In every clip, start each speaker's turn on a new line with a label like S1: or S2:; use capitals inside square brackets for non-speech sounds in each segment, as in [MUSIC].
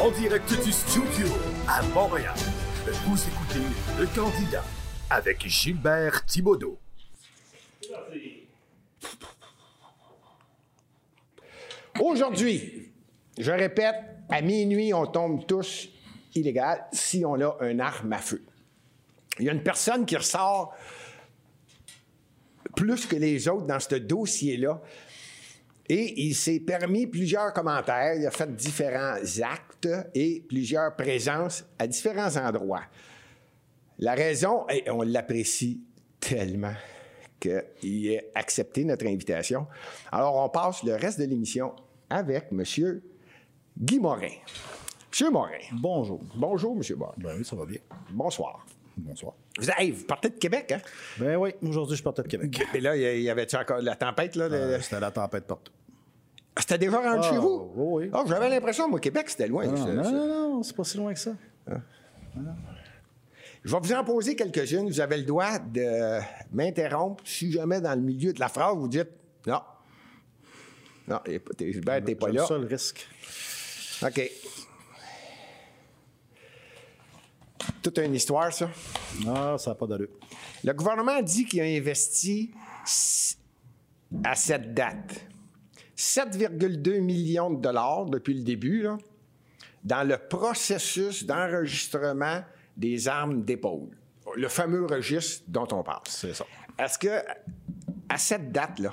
S1: en direct du studio à Montréal. Vous écoutez Le Candidat avec Gilbert Thibaudot.
S2: Aujourd'hui, je répète, à minuit, on tombe tous illégal si on a un arme à feu. Il y a une personne qui ressort plus que les autres dans ce dossier-là. Et il s'est permis plusieurs commentaires, il a fait différents actes et plusieurs présences à différents endroits. La raison, et on l'apprécie tellement qu'il ait accepté notre invitation. Alors, on passe le reste de l'émission avec M. Guy Morin. M. Morin.
S3: Bonjour.
S2: Bonjour, M. Morin.
S3: Ben oui, ça va bien.
S2: Bonsoir.
S3: Bonsoir.
S2: Vous, hey, vous partez de Québec, hein?
S3: Ben oui, aujourd'hui, je partais de Québec.
S2: Mais là, il y avait-tu encore de la tempête, là?
S3: [LAUGHS] Euh,
S2: le-
S3: C'était la tempête partout.
S2: Ah, C'était déjà rendu
S3: Ah,
S2: chez vous?
S3: oui, oui.
S2: Ah, j'avais l'impression, moi, Québec, c'était loin.
S3: Non,
S2: Ça,
S3: Ah, non,
S2: ça.
S3: non, non, c'est pas si loin que ça.
S2: Je vais vous en poser quelques-unes. Vous avez le droit de m'interrompre si jamais, dans le milieu de la phrase, vous dites non. Non, t'es- t'es- Gilbert, t'es pas
S3: J'aime
S2: là.
S3: ça le risque.
S2: OK. Toute une histoire, ça.
S3: Ah, ça n'a pas d'allure.
S2: Le gouvernement dit qu'il a investi s- à cette date 7,2 millions de dollars depuis le début là, dans le processus d'enregistrement des armes d'épaule, le fameux registre dont on parle.
S3: C'est ça.
S2: Est-ce que à cette date-là,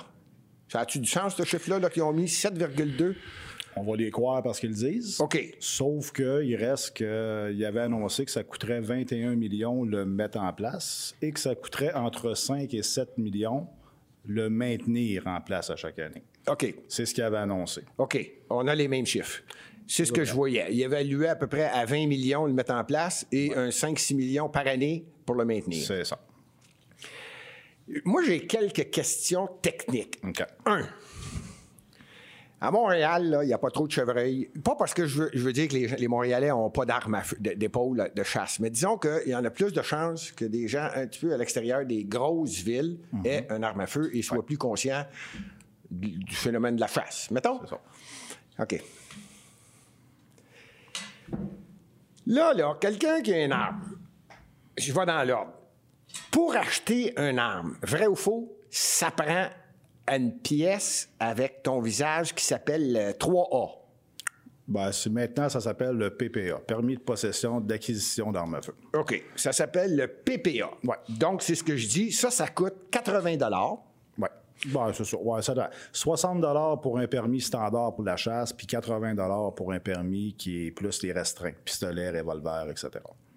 S2: ça a-tu du sens, ce chiffre-là, là, qu'ils ont mis 7,2?
S3: On va les croire parce qu'ils le disent.
S2: OK.
S3: Sauf qu'il reste qu'il avait annoncé que ça coûterait 21 millions le mettre en place et que ça coûterait entre 5 et 7 millions le maintenir en place à chaque année.
S2: OK.
S3: C'est ce qu'il avait annoncé.
S2: OK, on a les mêmes chiffres. C'est ce que je voyais. Il évaluait à peu près à 20 millions le mettre en place et un 5-6 millions par année pour le maintenir.
S3: C'est ça.
S2: Moi, j'ai quelques questions techniques.
S3: OK.
S2: Un, à Montréal, là, il n'y a pas trop de chevreuils. Pas parce que je veux, je veux dire que les, gens- les Montréalais n'ont pas d'armes à feu- de- d'épaule de chasse, mais disons qu'il y en a plus de chances que des gens un petit peu à l'extérieur des grosses villes
S3: Mhm.
S2: aient un arme à feu et soient plus conscients du, du phénomène de la chasse. Mettons.
S3: C'est ça.
S2: OK. Là, là, quelqu'un qui a une arme, je vais dans l'ordre. Pour acheter une arme, vrai ou faux, ça prend une pièce avec ton visage qui s'appelle euh, 3A.
S3: Ben, c'est- maintenant, ça s'appelle le PPA, permis de possession d'acquisition d'armes à feu.
S2: OK. Ça s'appelle le PPA.
S3: Ouais.
S2: Donc, c'est ce que je dis. Ça, ça coûte 80
S3: Oui. Ben, c'est ça. Ouais, ça doit- 60 pour un permis standard pour la chasse, puis 80 pour un permis qui est plus les restreints, pistolets, revolvers, etc.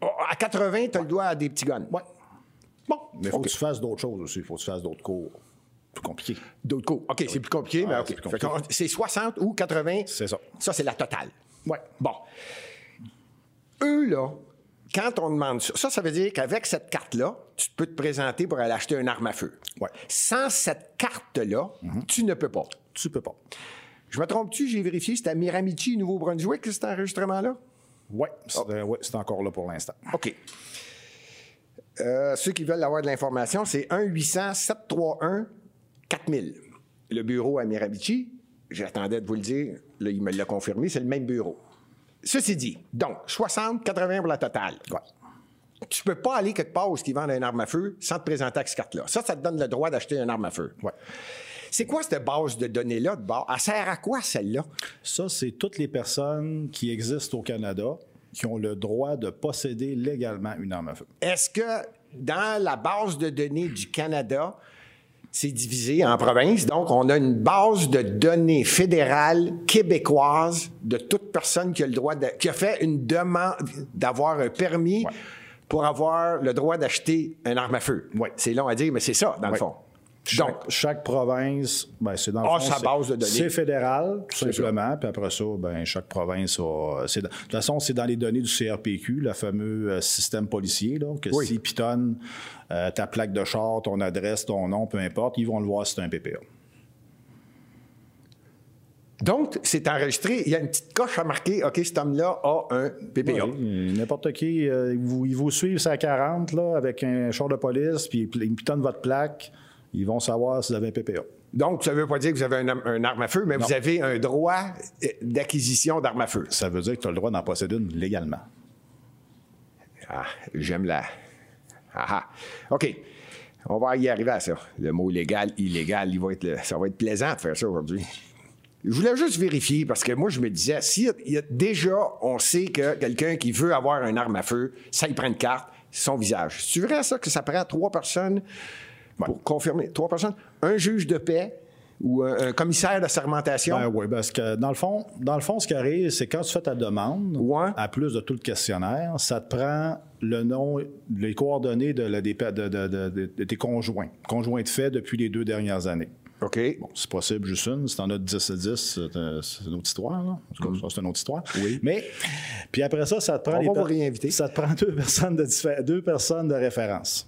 S2: Oh, À 80, tu le dois à des petits guns.
S3: Oui.
S2: Bon.
S3: Mais il faut
S2: OK.
S3: que tu fasses d'autres choses aussi. Il faut que tu fasses d'autres cours. Plus compliqué.
S2: D'autres coups. OK, c'est plus compliqué, mais
S3: Ouais,
S2: OK.
S3: c'est plus compliqué.
S2: Fait qu'on- C'est 60 ou 80.
S3: C'est ça.
S2: Ça, c'est la totale.
S3: Oui.
S2: Bon. Eux, là, quand on demande ça, ça, ça veut dire qu'avec cette carte-là, tu peux te présenter pour aller acheter une arme à feu.
S3: Ouais.
S2: Sans cette carte-là, tu ne peux pas.
S3: Tu peux pas.
S2: Je me trompe-tu, j'ai vérifié, c'était à Miramichi, Nouveau-Brunswick, cet enregistrement-là?
S3: Oui, c'est euh, ouais, c'est encore là pour l'instant.
S2: OK. Euh, ceux qui veulent avoir de l'information, c'est 1-800-731-4000. Le bureau à Mirabichi, j'attendais de vous le dire, là, il me l'a confirmé, c'est le même bureau. Ceci dit, donc, 60, 80 pour la totale.
S3: Ouais.
S2: Tu peux pas aller quelque part où ils vendent une arme à feu sans te présenter avec cette carte-là. Ça, ça te donne le droit d'acheter une arme à feu.
S3: Ouais.
S2: C'est quoi cette base de données-là de bord? Elle sert à quoi, celle-là?
S3: Ça, c'est toutes les personnes qui existent au Canada qui ont le droit de posséder légalement une arme à feu.
S2: Est-ce que dans la base de données du Canada, c'est divisé en provinces, donc on a une base de données fédérale québécoise de toute personne qui a le droit de- qui a fait une demande d'avoir un permis
S3: Ouais.
S2: pour avoir le droit d'acheter une arme à feu.
S3: Ouais.
S2: C'est long à dire, mais c'est ça dans le
S3: Ouais.
S2: fond.
S3: Chaque,
S2: Donc,
S3: chaque province, ben, c'est dans le
S2: A
S3: fond,
S2: sa
S3: c'est-
S2: base de données.
S3: C'est fédéral, tout simplement. Puis après ça, ben, chaque province a. c'est dans- de toute façon, c'est dans les données du CRPQ, le fameux euh, système policier, là, que
S2: Oui.
S3: si pitonne euh, ta plaque de char, ton adresse, ton nom, peu importe, ils vont le voir si c'est un PPA.
S2: donc c'est enregistré. Il y a une petite coche à marquer. Ok, cet homme-là a un PPA.
S3: Oui, Hum, N'importe qui, euh, ils vous, ils vous suivent à 40 là, avec un char de police, puis ils pl- ils pitonnent votre plaque. ils vont savoir si vous avez un PPA.
S2: Donc, ça ne veut pas dire que vous avez un, un arme à feu, mais
S3: Non.
S2: vous avez un droit euh, d'acquisition d'armes à feu.
S3: Ça veut dire que tu as le droit d'en posséder une légalement.
S2: Ah, j'aime la. Ah, ah. OK. On va y arriver à ça. Le mot légal, illégal, il va être, le- ça va être plaisant de faire ça aujourd'hui. Je voulais juste vérifier parce que moi, je me disais, si il y a- déjà on sait que quelqu'un qui veut avoir une arme à feu, ça, il prend une carte, son visage. C'est vrai, ça, que ça prend trois personnes pour confirmer? Trois personnes? Un juge de paix ou un, un commissaire de sermentation?
S3: Ben oui, parce que dans le fond, dans le fond, ce qui arrive, c'est quand tu fais ta demande,
S2: Ouais.
S3: à plus de tout le questionnaire, ça te prend le nom, les coordonnées de, la- des pa- de- de- de- de- de tes conjoints, conjoints de fait depuis les deux dernières années.
S2: OK.
S3: Bon, c'est possible, juste une. Si t'en as 10 à 10, c'est un- c'est une autre histoire. là. En tout cas, ça, c'est une autre histoire.
S2: Mm. Oui.
S3: Mais, puis après ça, ça te prend...
S2: On
S3: les
S2: va
S3: per-
S2: vous réinviter.
S3: Ça te prend [LAUGHS] deux personnes de, diffé- deux personnes de référence.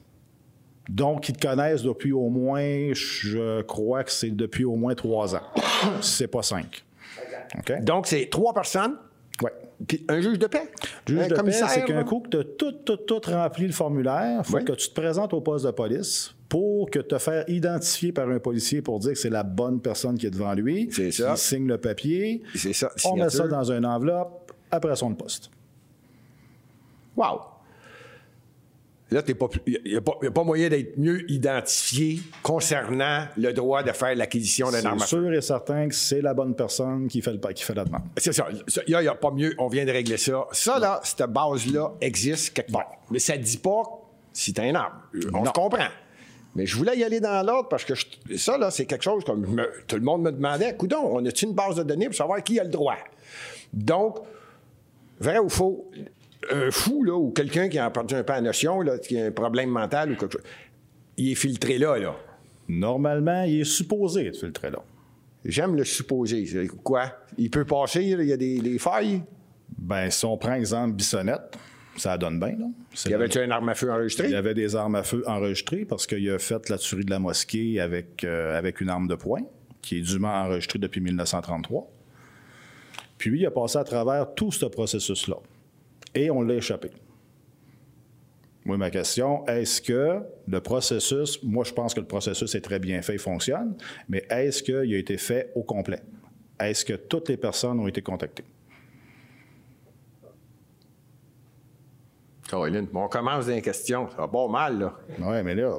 S3: Donc, ils te connaissent depuis au moins, je crois que c'est depuis au moins trois ans. [COUGHS] si c'est pas cinq. OK?
S2: Donc, c'est trois personnes,
S3: Ouais.
S2: puis un juge de paix?
S3: Le juge
S2: un
S3: de paix,
S2: Euh, commissaire,
S3: c'est
S2: là?
S3: qu'un coup que tu as tout, tout, tout rempli le formulaire, faut
S2: Oui.
S3: que tu te présentes au poste de police pour que te faire identifier par un policier pour dire que c'est la bonne personne qui est devant lui.
S2: C'est ça.
S3: Il signe le papier.
S2: C'est ça,
S3: On met ça
S2: signature.
S3: dans une enveloppe. Après son poste.
S2: Wow! Là, il n'y a, pas- y a pas moyen d'être mieux identifié concernant le droit de faire l'acquisition d'un arme
S3: C'est
S2: à feu.
S3: sûr et certain que c'est la bonne personne qui fait, le, pa- qui fait la demande.
S2: Ben, C'est ça. Il n'y a, pas mieux. On vient de régler ça. Ça, là, cette base-là existe quelque part. Mais ça ne dit pas si tu un arbre. On se comprend. Mais je voulais y aller dans l'ordre parce que je- ça, là, c'est quelque chose comme je me- tout le monde me demandait Coudon, on a-tu une base de données pour savoir qui a le droit Donc, vrai ou faux, un fou, là, ou quelqu'un qui a perdu un peu la notion, là, qui a un problème mental ou quelque chose, il est filtré là, là.
S3: Normalement, il est supposé être filtré là.
S2: J'aime le supposer. C'est Quoi? Il peut passer, il y a des, des failles.
S3: Ben, si on prend exemple Bissonnette, ça donne bien, là. C'est
S2: Il y
S3: la-
S2: avait-tu une arme à feu enregistrée?
S3: Il y avait des armes à feu enregistrées parce qu'il a fait la tuerie de la mosquée avec, euh, avec une arme de poing qui est dûment enregistrée depuis 1933. Puis il a passé à travers tout ce processus-là. Et on l'a échappé. Moi, ma question, est-ce que le processus, moi je pense que le processus est très bien fait, il fonctionne, mais est-ce qu'il a été fait au complet? Est-ce que toutes les personnes ont été contactées?
S2: Caroline, on commence dans les questions. Ça va pas mal, là.
S3: Oui, mais là,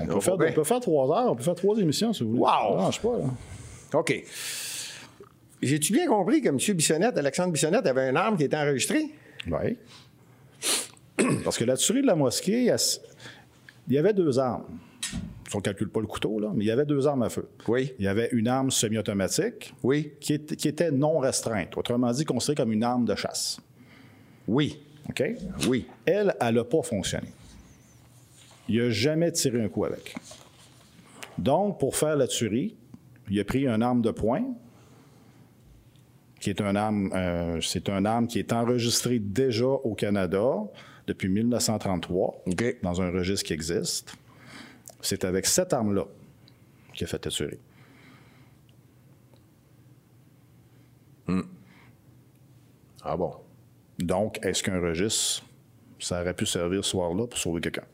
S3: on peut,
S2: va
S3: faire,
S2: bien.
S3: on peut faire trois heures, on peut faire trois émissions si vous voulez.
S2: Wow!
S3: Ça me dérange pas, là.
S2: OK. J'ai-tu bien compris que M. Bissonnette, Alexandre Bissonnette, avait une arme qui était enregistrée?
S3: Oui. Parce que la tuerie de la mosquée, il y a- il y avait deux armes. On ne calcule pas le couteau, là, mais il y avait deux armes à feu.
S2: Oui.
S3: Il y avait une arme semi-automatique
S2: Oui.
S3: qui, est- qui était non restreinte, autrement dit, considérée comme une arme de chasse.
S2: Oui.
S3: OK?
S2: Oui.
S3: Elle, elle n'a pas fonctionné. Il n'a jamais tiré un coup avec. Donc, pour faire la tuerie, il a pris une arme de poing, qui est un arme, euh, c'est un arme qui est enregistrée déjà au Canada depuis 1933,
S2: OK.
S3: dans un registre qui existe. C'est avec cette arme-là qu'il a fait la tuerie.
S2: Ah bon?
S3: Donc, est-ce qu'un registre, ça aurait pu servir ce soir-là pour sauver quelqu'un?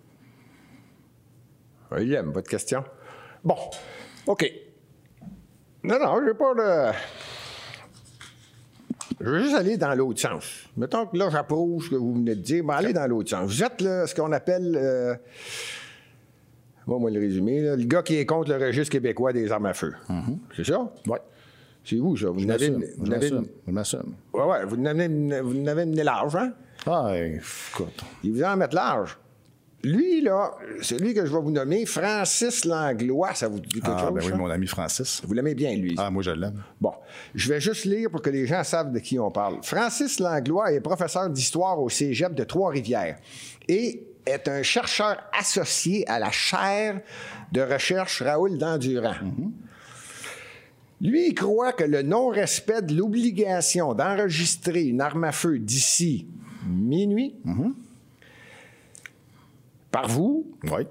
S2: William, votre question? Bon. OK. Non, non, j'ai pas de. Je veux juste aller dans l'autre sens. Mettons que là, j'approuve ce que vous venez de dire, mais allez dans l'autre sens. Vous êtes là, ce qu'on appelle. euh, Moi, moi, le résumé, là, le gars qui est contre le registre québécois des armes à feu. C'est ça?
S3: Oui.
S2: C'est vous, ça. Vous
S3: Mm-hmm. Je
S2: n'avez
S3: m'assume. Je m'assume. Je m'assume.
S2: Ouais, ouais, vous n'avez vous n'avez mené large, hein?
S3: Ah, écoute.
S2: Il vous en mettre large. Lui, là, celui que je vais vous nommer, Francis Langlois, ça vous dit quelque
S3: Ah,
S2: chose? hein?
S3: ben oui,
S2: ça?
S3: mon ami Francis.
S2: Vous l'aimez bien, lui.
S3: Ah, moi, je l'aime.
S2: Bon, je vais juste lire pour que les gens savent de qui on parle. Francis Langlois est professeur d'histoire au Cégep de Trois-Rivières et est un chercheur associé à la chaire de recherche Raoul Dandurand. Lui, il croit que le non-respect de l'obligation d'enregistrer une arme à feu d'ici minuit par vous
S3: Oui.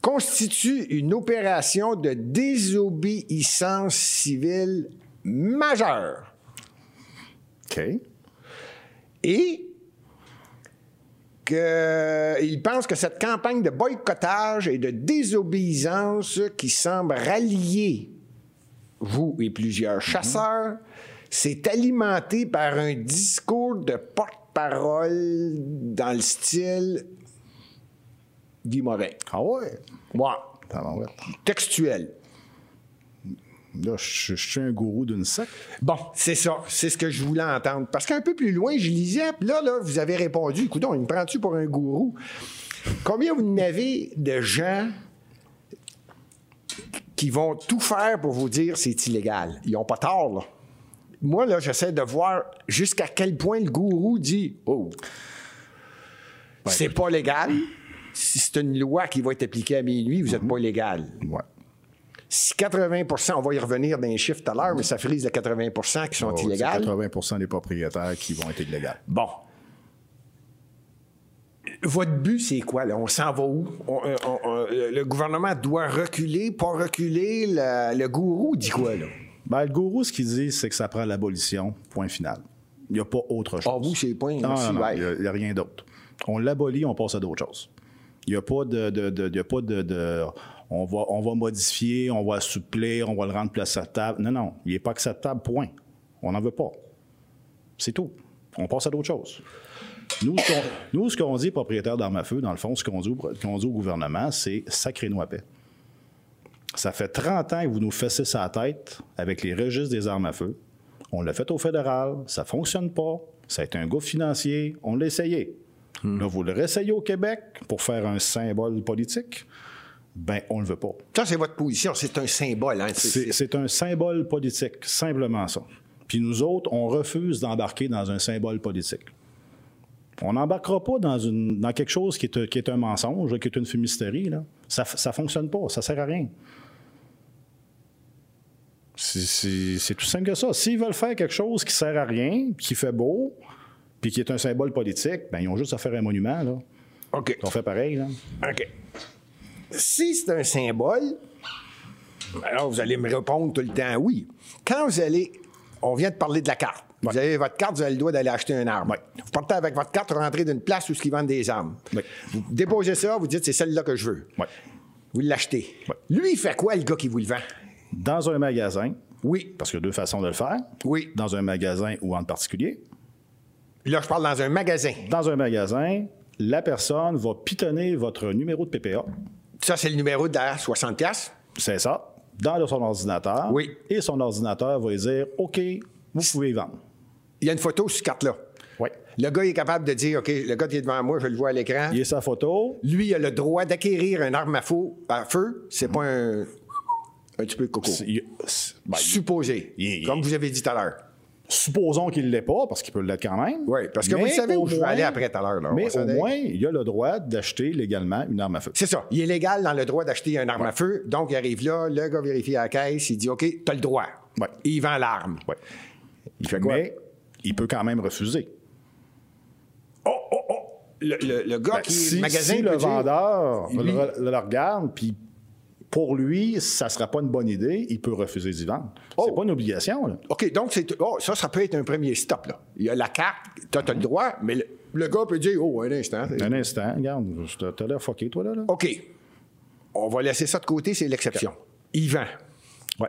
S2: constitue une opération de désobéissance civile majeure.
S3: OK.
S2: Et que euh, il pense que cette campagne de boycottage et de désobéissance qui semble rallier vous et plusieurs chasseurs, c'est alimenté par un discours de porte-parole dans le style Guy Morin.
S3: Ah ouais?
S2: Ouais,
S3: Tabarouette.
S2: textuel.
S3: Là, je, je suis un gourou d'une secte.
S2: Bon, c'est ça, c'est ce que je voulais entendre. Parce qu'un peu plus loin, je lisais, puis là, là, vous avez répondu, écoute, il me prend-tu pour un gourou? Combien vous n'avez de gens qui vont tout faire pour vous dire c'est illégal? Ils n'ont pas tort, là. Moi, là, j'essaie de voir jusqu'à quel point le gourou dit Oh, c'est pas légal. Si c'est une loi qui va être appliquée à minuit, vous n'êtes pas légal.
S3: Ouais.
S2: Si 80 on va y revenir dans les chiffres tout à l'heure, mais ça frise de 80 qui sont
S3: Ouais, ouais, c'est
S2: illégales.
S3: 80 des propriétaires qui vont être illégaux.
S2: Bon. Votre but, c'est quoi? Là? On s'en va où? On- euh, on- on- le le gouvernement doit reculer, pas reculer. Le, le gourou dit quoi, là?
S3: Ben, le gourou, ce qu'il dit, c'est que ça prend l'abolition, point final. Il n'y a pas autre chose.
S2: Ah, vous, c'est point.
S3: Non,
S2: merci,
S3: non, non,
S2: bye.
S3: il n'y a, rien d'autre. On l'abolit, on passe à d'autres choses. Il n'y a pas de. de- de- il y a pas de, de- on, va, on va modifier, on va assouplir, on va le rendre plus acceptable. Non, non, il n'est pas acceptable, point. On n'en veut pas. C'est tout. On passe à d'autres choses. Nous, ce qu'on, nous, ce qu'on dit, propriétaires d'armes à feu, dans le fond, ce qu'on dit, au- qu'on dit au gouvernement, c'est sacrez-nous à paix. Ça fait 30 ans que vous nous fessez sa tête avec les registres des armes à feu. On l'a fait au fédéral, ça fonctionne pas. Ça a été un gouffre financier, on l'a essayé. Là, vous le réessayez au Québec pour faire un symbole politique. Ben, on le veut pas.
S2: Ça, c'est votre position. C'est un symbole. Hein? C'est-
S3: C'est
S2: c'est-
S3: c'est un symbole politique, simplement ça. Puis nous autres, on refuse d'embarquer dans un symbole politique. On n'embarquera pas dans, une, dans quelque chose qui est, un- qui est un mensonge, qui est une fumisterie. Là. Ça ne fonctionne pas, ça sert à rien. C'est- C'est c'est tout simple que ça. S'ils veulent faire quelque chose qui sert à rien, qui fait beau, puis qui est un symbole politique, ben, ils ont juste à faire un monument. Là.
S2: OK.
S3: On fait pareil. Là.
S2: OK. Si c'est un symbole, alors vous allez me répondre tout le temps oui. Quand vous allez. On vient de parler de la carte. Vous avez votre carte, vous avez le droit d'aller acheter une arme.
S3: Ouais.
S2: Vous partez avec votre carte, rentrez d'une place où ils vendent des armes.
S3: Ouais.
S2: Vous déposez ça, vous dites c'est celle-là que je veux.
S3: Ouais.
S2: Vous l'achetez.
S3: Ouais.
S2: Lui, il fait quoi, le gars qui vous le vend?
S3: Dans un magasin,
S2: Oui.
S3: parce qu'il y a deux façons de le faire,
S2: Oui.
S3: dans un magasin ou en particulier,
S2: Là, je parle dans un magasin.
S3: dans un magasin, la personne va pitonner votre numéro de PPA.
S2: Ça, c'est le numéro de la 60 piastres.
S3: C'est ça. Dans le- son ordinateur.
S2: Oui.
S3: Et son ordinateur va lui dire OK, vous pouvez y vendre.
S2: Il y a une photo sur cette carte-là.
S3: Oui.
S2: Le gars, il est capable de dire, OK, le gars qui est devant moi, je le vois à l'écran.
S3: Il y a sa photo.
S2: Lui, il a le droit d'acquérir une arme à feu. À feu. C'est pas un... Un petit peu de coco.
S3: C'est- il- c'est- ben, il-
S2: Supposé.
S3: il-
S2: Comme vous avez dit tout à l'heure.
S3: supposons qu'il ne l'est pas, parce qu'il peut l'être quand même.
S2: Oui, parce que
S3: Mais
S2: vous savez
S3: au
S2: où je vais
S3: moins-
S2: aller après tout à l'heure, là. On va
S3: Mais
S2: s'en
S3: au
S2: aller.
S3: moins, il a le droit d'acheter légalement une arme à feu.
S2: C'est ça. Il est légal dans le droit d'acheter une arme à feu. Donc, il arrive là, le gars vérifie à la caisse, il dit OK, t'as le droit.
S3: Ouais.
S2: Et il vend l'arme.
S3: Ouais.
S2: Il fait quoi?
S3: Mais il peut quand même refuser.
S2: Oh, oh, oh! Le, le- le gars
S3: Ben,
S2: qui
S3: si,
S2: le magasin
S3: si
S2: peut
S3: le
S2: dire-
S3: vendeur
S2: Lui-
S3: le, le regarde, puis pour lui, ça ne sera pas une bonne idée, il peut refuser d'y vendre.
S2: Oh.
S3: C'est pas une obligation. là.
S2: OK, donc c'est. oh, ça, ça peut être un premier stop, là. Il y a la carte, t'as t'as le droit, mais le, le gars peut dire Oh, un instant.
S3: Un instant, regarde, je te- t'as l'air fucké, toi, là. là.
S2: OK. On va laisser ça de côté, c'est l'exception. Il vend. Oh!
S3: Ouais.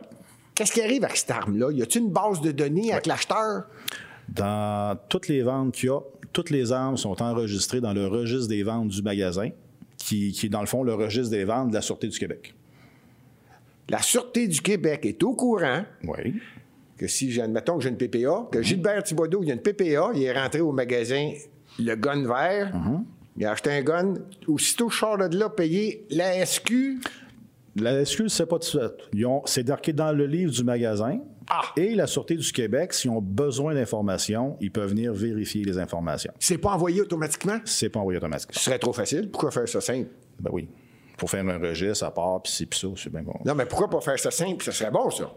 S2: Qu'est-ce qui arrive avec cette arme-là? Y a-t-il une base de données avec l'acheteur?
S3: Dans toutes les ventes qu'il y a, toutes les armes sont enregistrées dans le registre des ventes du magasin, qui, qui est dans le fond le registre des ventes de la Sûreté du Québec.
S2: La Sûreté du Québec est au courant
S3: Oui.
S2: que si, j'ai- admettons que j'ai une PPA, que Gilbert Thibodeau, il a une PPA, il est rentré au magasin le gun vert, il a acheté un gun, aussitôt je sors de là, payé la SQ,
S3: La SQ, c'est pas de suite. Ils ont- C'est marqué dans le livre du magasin.
S2: Ah!
S3: Et la Sûreté du Québec, s'ils ont besoin d'informations, ils peuvent venir vérifier les informations.
S2: c'est pas envoyé automatiquement?
S3: C'est pas envoyé automatiquement.
S2: Ce serait trop facile. Pourquoi faire ça simple?
S3: Ben oui. Pour faire un registre à part, puis ci, puis ça, c'est bien bon.
S2: Non, mais pourquoi pas faire ça simple? Ça serait bon, ça.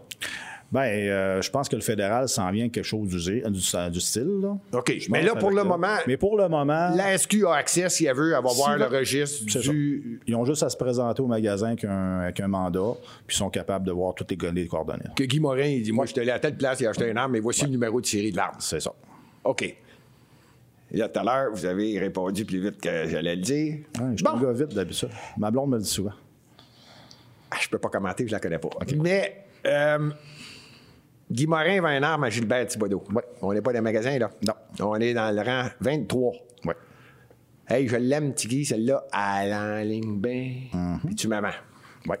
S3: Ben, euh, je pense que le fédéral s'en vient avec quelque chose euh, du, du- du style. Là.
S2: OK,
S3: Je
S2: mais
S3: pense
S2: là, pour
S3: avec
S2: le moment-
S3: Mais pour le moment,
S2: La SQ a accès, si elle veut, elle va voir le
S3: va-
S2: registre
S3: c'est
S2: du...
S3: ça. ils ont juste à se présenter au magasin avec un, avec un mandat, puis ils sont capables de voir toutes les données de coordonnées.
S2: Que Guy Morin, il dit, moi, je suis allé à telle place, il a acheté un arme, mais voici le numéro de série de l'arme.
S3: C'est ça.
S2: OK. Là, tout à l'heure, vous avez répondu plus vite que j'allais le dire.
S3: Ouais, je suis
S2: Bon.
S3: un gars vite d'habitude. Ma blonde me le dit souvent.
S2: Ah, Je peux pas commenter, je la connais pas. Mais euh, Guy Morin vend un arme à Gilbert Thibodeau. On n'est pas dans le magasin, là.
S3: Non.
S2: On est dans le rang 23.
S3: Ouais.
S2: Hey, je l'aime, petit Guy, celle-là. Elle en ligne bien.
S3: Mhm.
S2: Puis tu maman.
S3: Ouais.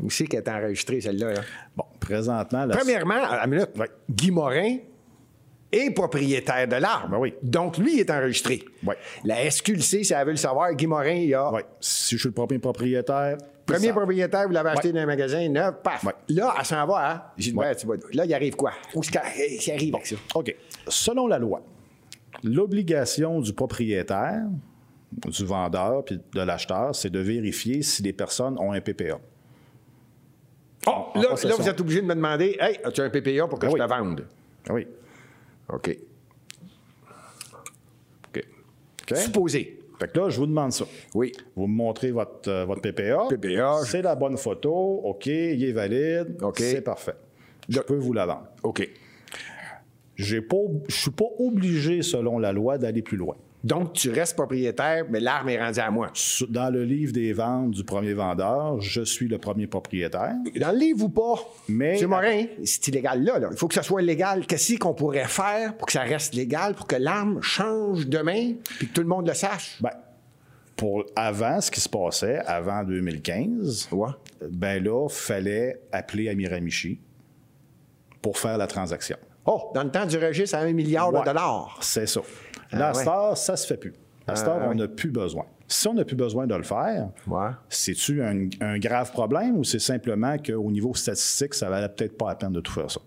S2: Où c'est qu'elle est enregistrée, celle-là? là?
S3: Bon, présentement, la
S2: Premièrement, à la minute,
S3: Ouais.
S2: Guy Morin est propriétaire de l'arme.
S3: Ben oui.
S2: Donc, lui, il est enregistré.
S3: Ouais.
S2: La SQLC, si elle veut le savoir, Guy Morin, il a...
S3: Ouais. Si je suis le premier propriétaire.
S2: Premier
S3: ça-
S2: propriétaire, vous l'avez acheté
S3: Ouais.
S2: dans un magasin neuf, paf.
S3: Ouais.
S2: Là, elle s'en va, hein? Gilbert
S3: Ouais.
S2: Thibodeau. Là, il arrive quoi? Où est-ce qu'il arrive avec ça?
S3: OK. Selon la loi, l'obligation du propriétaire, du vendeur puis de l'acheteur, c'est de vérifier si les personnes ont un PPA.
S2: Oh,
S3: en
S2: là,
S3: possession.
S2: là, vous êtes obligé de me demander, hey, as-tu un PPA pour que
S3: Ah
S2: je
S3: oui.
S2: te vende?
S3: Ah Oui.
S2: OK. OK.
S3: OK?
S2: Supposé.
S3: Fait que là, je vous demande ça.
S2: Oui.
S3: Vous me montrez votre, euh, votre PPA.
S2: PPA, je-
S3: C'est la bonne photo. OK, il est valide.
S2: OK.
S3: C'est parfait. Je
S2: Là-
S3: peux vous la vendre.
S2: OK.
S3: J'ai pas- Je ne suis pas obligé, selon la loi, d'aller plus loin.
S2: Donc, tu restes propriétaire, mais l'arme est rendue à moi.
S3: Sur- Dans le livre des ventes du premier vendeur, je suis le premier propriétaire.
S2: Dans le livre ou pas,
S3: Mais-
S2: M. Morin, c'est illégal là, là. Il faut que ça soit légal. Qu'est-ce qu'on pourrait faire pour que ça reste légal, pour que l'arme change demain, puis que tout le monde le sache?
S3: Ben, pour avant, ce qui se passait, avant 2015,
S2: Ouais.
S3: ben là, fallait appeler à Miramichi pour faire la transaction.
S2: Oh, dans le temps du registre, à un milliard de
S3: Ouais.
S2: dollars.
S3: C'est ça. Là, à
S2: ouais.
S3: cette heure, ça se fait plus. À cette heure, on n'a plus besoin. Si on n'a plus besoin de le faire,
S2: Ouais.
S3: c'est-tu un, un grave problème ou c'est simplement qu'au niveau statistique, ça valait peut-être pas la peine de tout faire ça?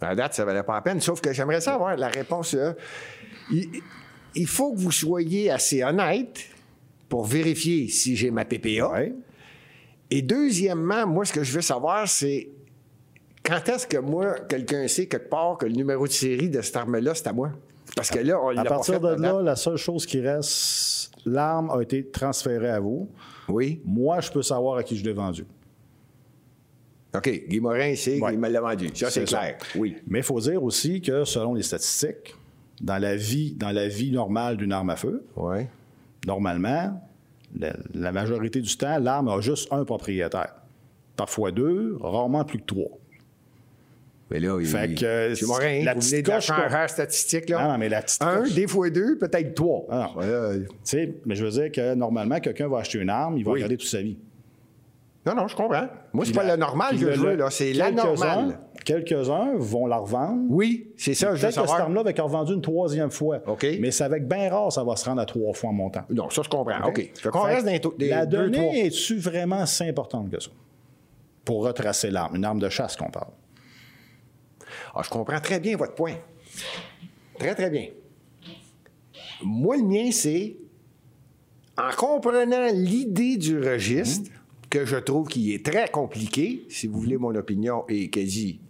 S2: Ben, À date, ça valait pas la peine, sauf que j'aimerais savoir la réponse. euh, il, il faut que vous soyez assez honnête pour vérifier si j'ai ma PPA.
S3: Ouais.
S2: Et deuxièmement, moi, ce que je veux savoir, c'est quand est-ce que moi, quelqu'un sait quelque part que le numéro de série de cette arme-là, c'est à moi? Parce que là, on l'a
S3: À
S2: pas
S3: partir
S2: fait
S3: de
S2: pendant-
S3: là, la seule chose qui reste, l'arme a été transférée à vous.
S2: Oui.
S3: Moi, je peux savoir à qui je l'ai vendue.
S2: OK. Guy Morin sait
S3: Ouais.
S2: qu'il me l'a vendu. Ça, c'est
S3: C'est ça.
S2: clair. Oui.
S3: Mais il faut dire aussi que selon les statistiques, dans la vie, dans la vie normale d'une arme à feu,
S2: Oui.
S3: normalement, la, la majorité du temps, l'arme a juste un propriétaire. Parfois deux, rarement plus que trois.
S2: Mais là, il...
S3: Fait que,
S2: Guy Morin,
S3: la
S2: vous
S3: petite
S2: venez de la
S3: coche, quoi.
S2: erreur statistique, là.
S3: Ah Non, non, mais la petite
S2: Un,
S3: coche.
S2: des fois deux, peut-être trois.
S3: Ah, non.
S2: Ouais, euh,
S3: Tu sais, mais je veux dire que normalement, quelqu'un va acheter une arme, il va
S2: Oui.
S3: regarder toute sa vie.
S2: Non, non, je comprends. Moi, c'est
S3: Puis
S2: pas
S3: la-
S2: le normal
S3: puis
S2: que
S3: le-
S2: je veux,
S3: le-
S2: là. C'est la
S3: quelques-uns-
S2: normale.
S3: Quelques-uns vont la revendre.
S2: Oui, c'est ça, je veux
S3: Peut-être que cette
S2: savoir.
S3: arme-là va être revendue une troisième fois.
S2: OK.
S3: Mais ça va être bien rare, ça va se rendre à trois fois en montant.
S2: Non, ça, je
S3: Ah,
S2: comprends. OK. Fait qu'on
S3: Fait
S2: reste dans les
S3: que
S2: taux- des
S3: La
S2: deux,
S3: donnée
S2: trois.
S3: est-tu vraiment si importante que ça? Pour retracer l'arme, une arme de chasse qu'on parle.
S2: Ah, je comprends très bien votre point. Très, très bien. Moi, le mien, c'est en comprenant l'idée du registre, que je trouve qui est très compliqué, si vous voulez, mon opinion est quasi,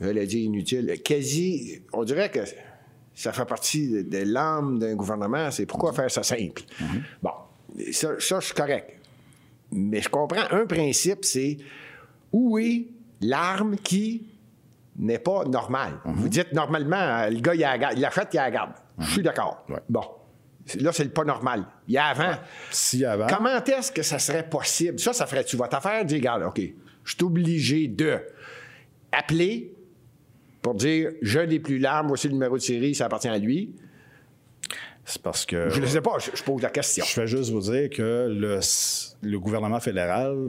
S2: je l'ai dit, inutile, quasi, on dirait que ça fait partie de, de l'âme d'un gouvernement, c'est pourquoi faire ça simple. Bon, ça, ça, je suis correct. Mais je comprends un principe, c'est où est l'arme qui n'est pas normale.
S3: Mhm.
S2: Vous dites normalement, euh, le gars, il la garde- il l'achète, il la garde. Je suis d'accord.
S3: Ouais.
S2: Bon. C'est- Là, c'est le pas normal. Il y a avant.
S3: Si avant.
S2: Comment est-ce que ça serait possible? Ça, ça ferait-tu votre affaire? Dire, regarde, OK, je suis obligé de appeler pour dire, je n'ai plus l'arme, voici le numéro de série, ça appartient à lui.
S3: C'est parce que.
S2: Je ne sais pas, je, je pose la question.
S3: Je vais juste vous dire que le, le gouvernement fédéral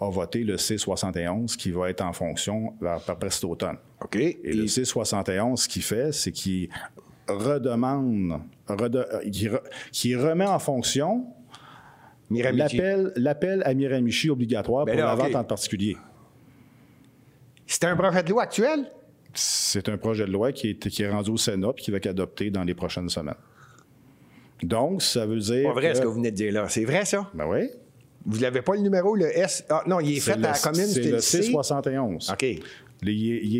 S3: a voté le C-71 qui va être en fonction vers, par cet automne.
S2: OK.
S3: Et le C-71, ce qu'il fait, c'est qu'il redemande, rede- euh, qu'il re- qu'il remet en fonction
S2: Miramichi.
S3: l'appel l'appel à Miramichi obligatoire
S2: Ben
S3: pour
S2: là,
S3: la vente
S2: OK.
S3: en particulier.
S2: C'est un projet de loi actuel?
S3: C'est un projet de loi qui est, qui est rendu au Sénat et qui va être adopté dans les prochaines semaines. Donc, ça veut dire.
S2: Pas vrai,
S3: que-
S2: ce que vous venez de dire là. Euh, C'est vrai, ça?
S3: Ben oui.
S2: Vous n'avez pas le numéro, le S. Ah, non, il est, fait
S3: C'est
S2: à la
S3: le-
S2: commune,
S3: C'est
S2: c'était
S3: le
S2: le C.
S3: C-71.
S2: OK.
S3: Il est, il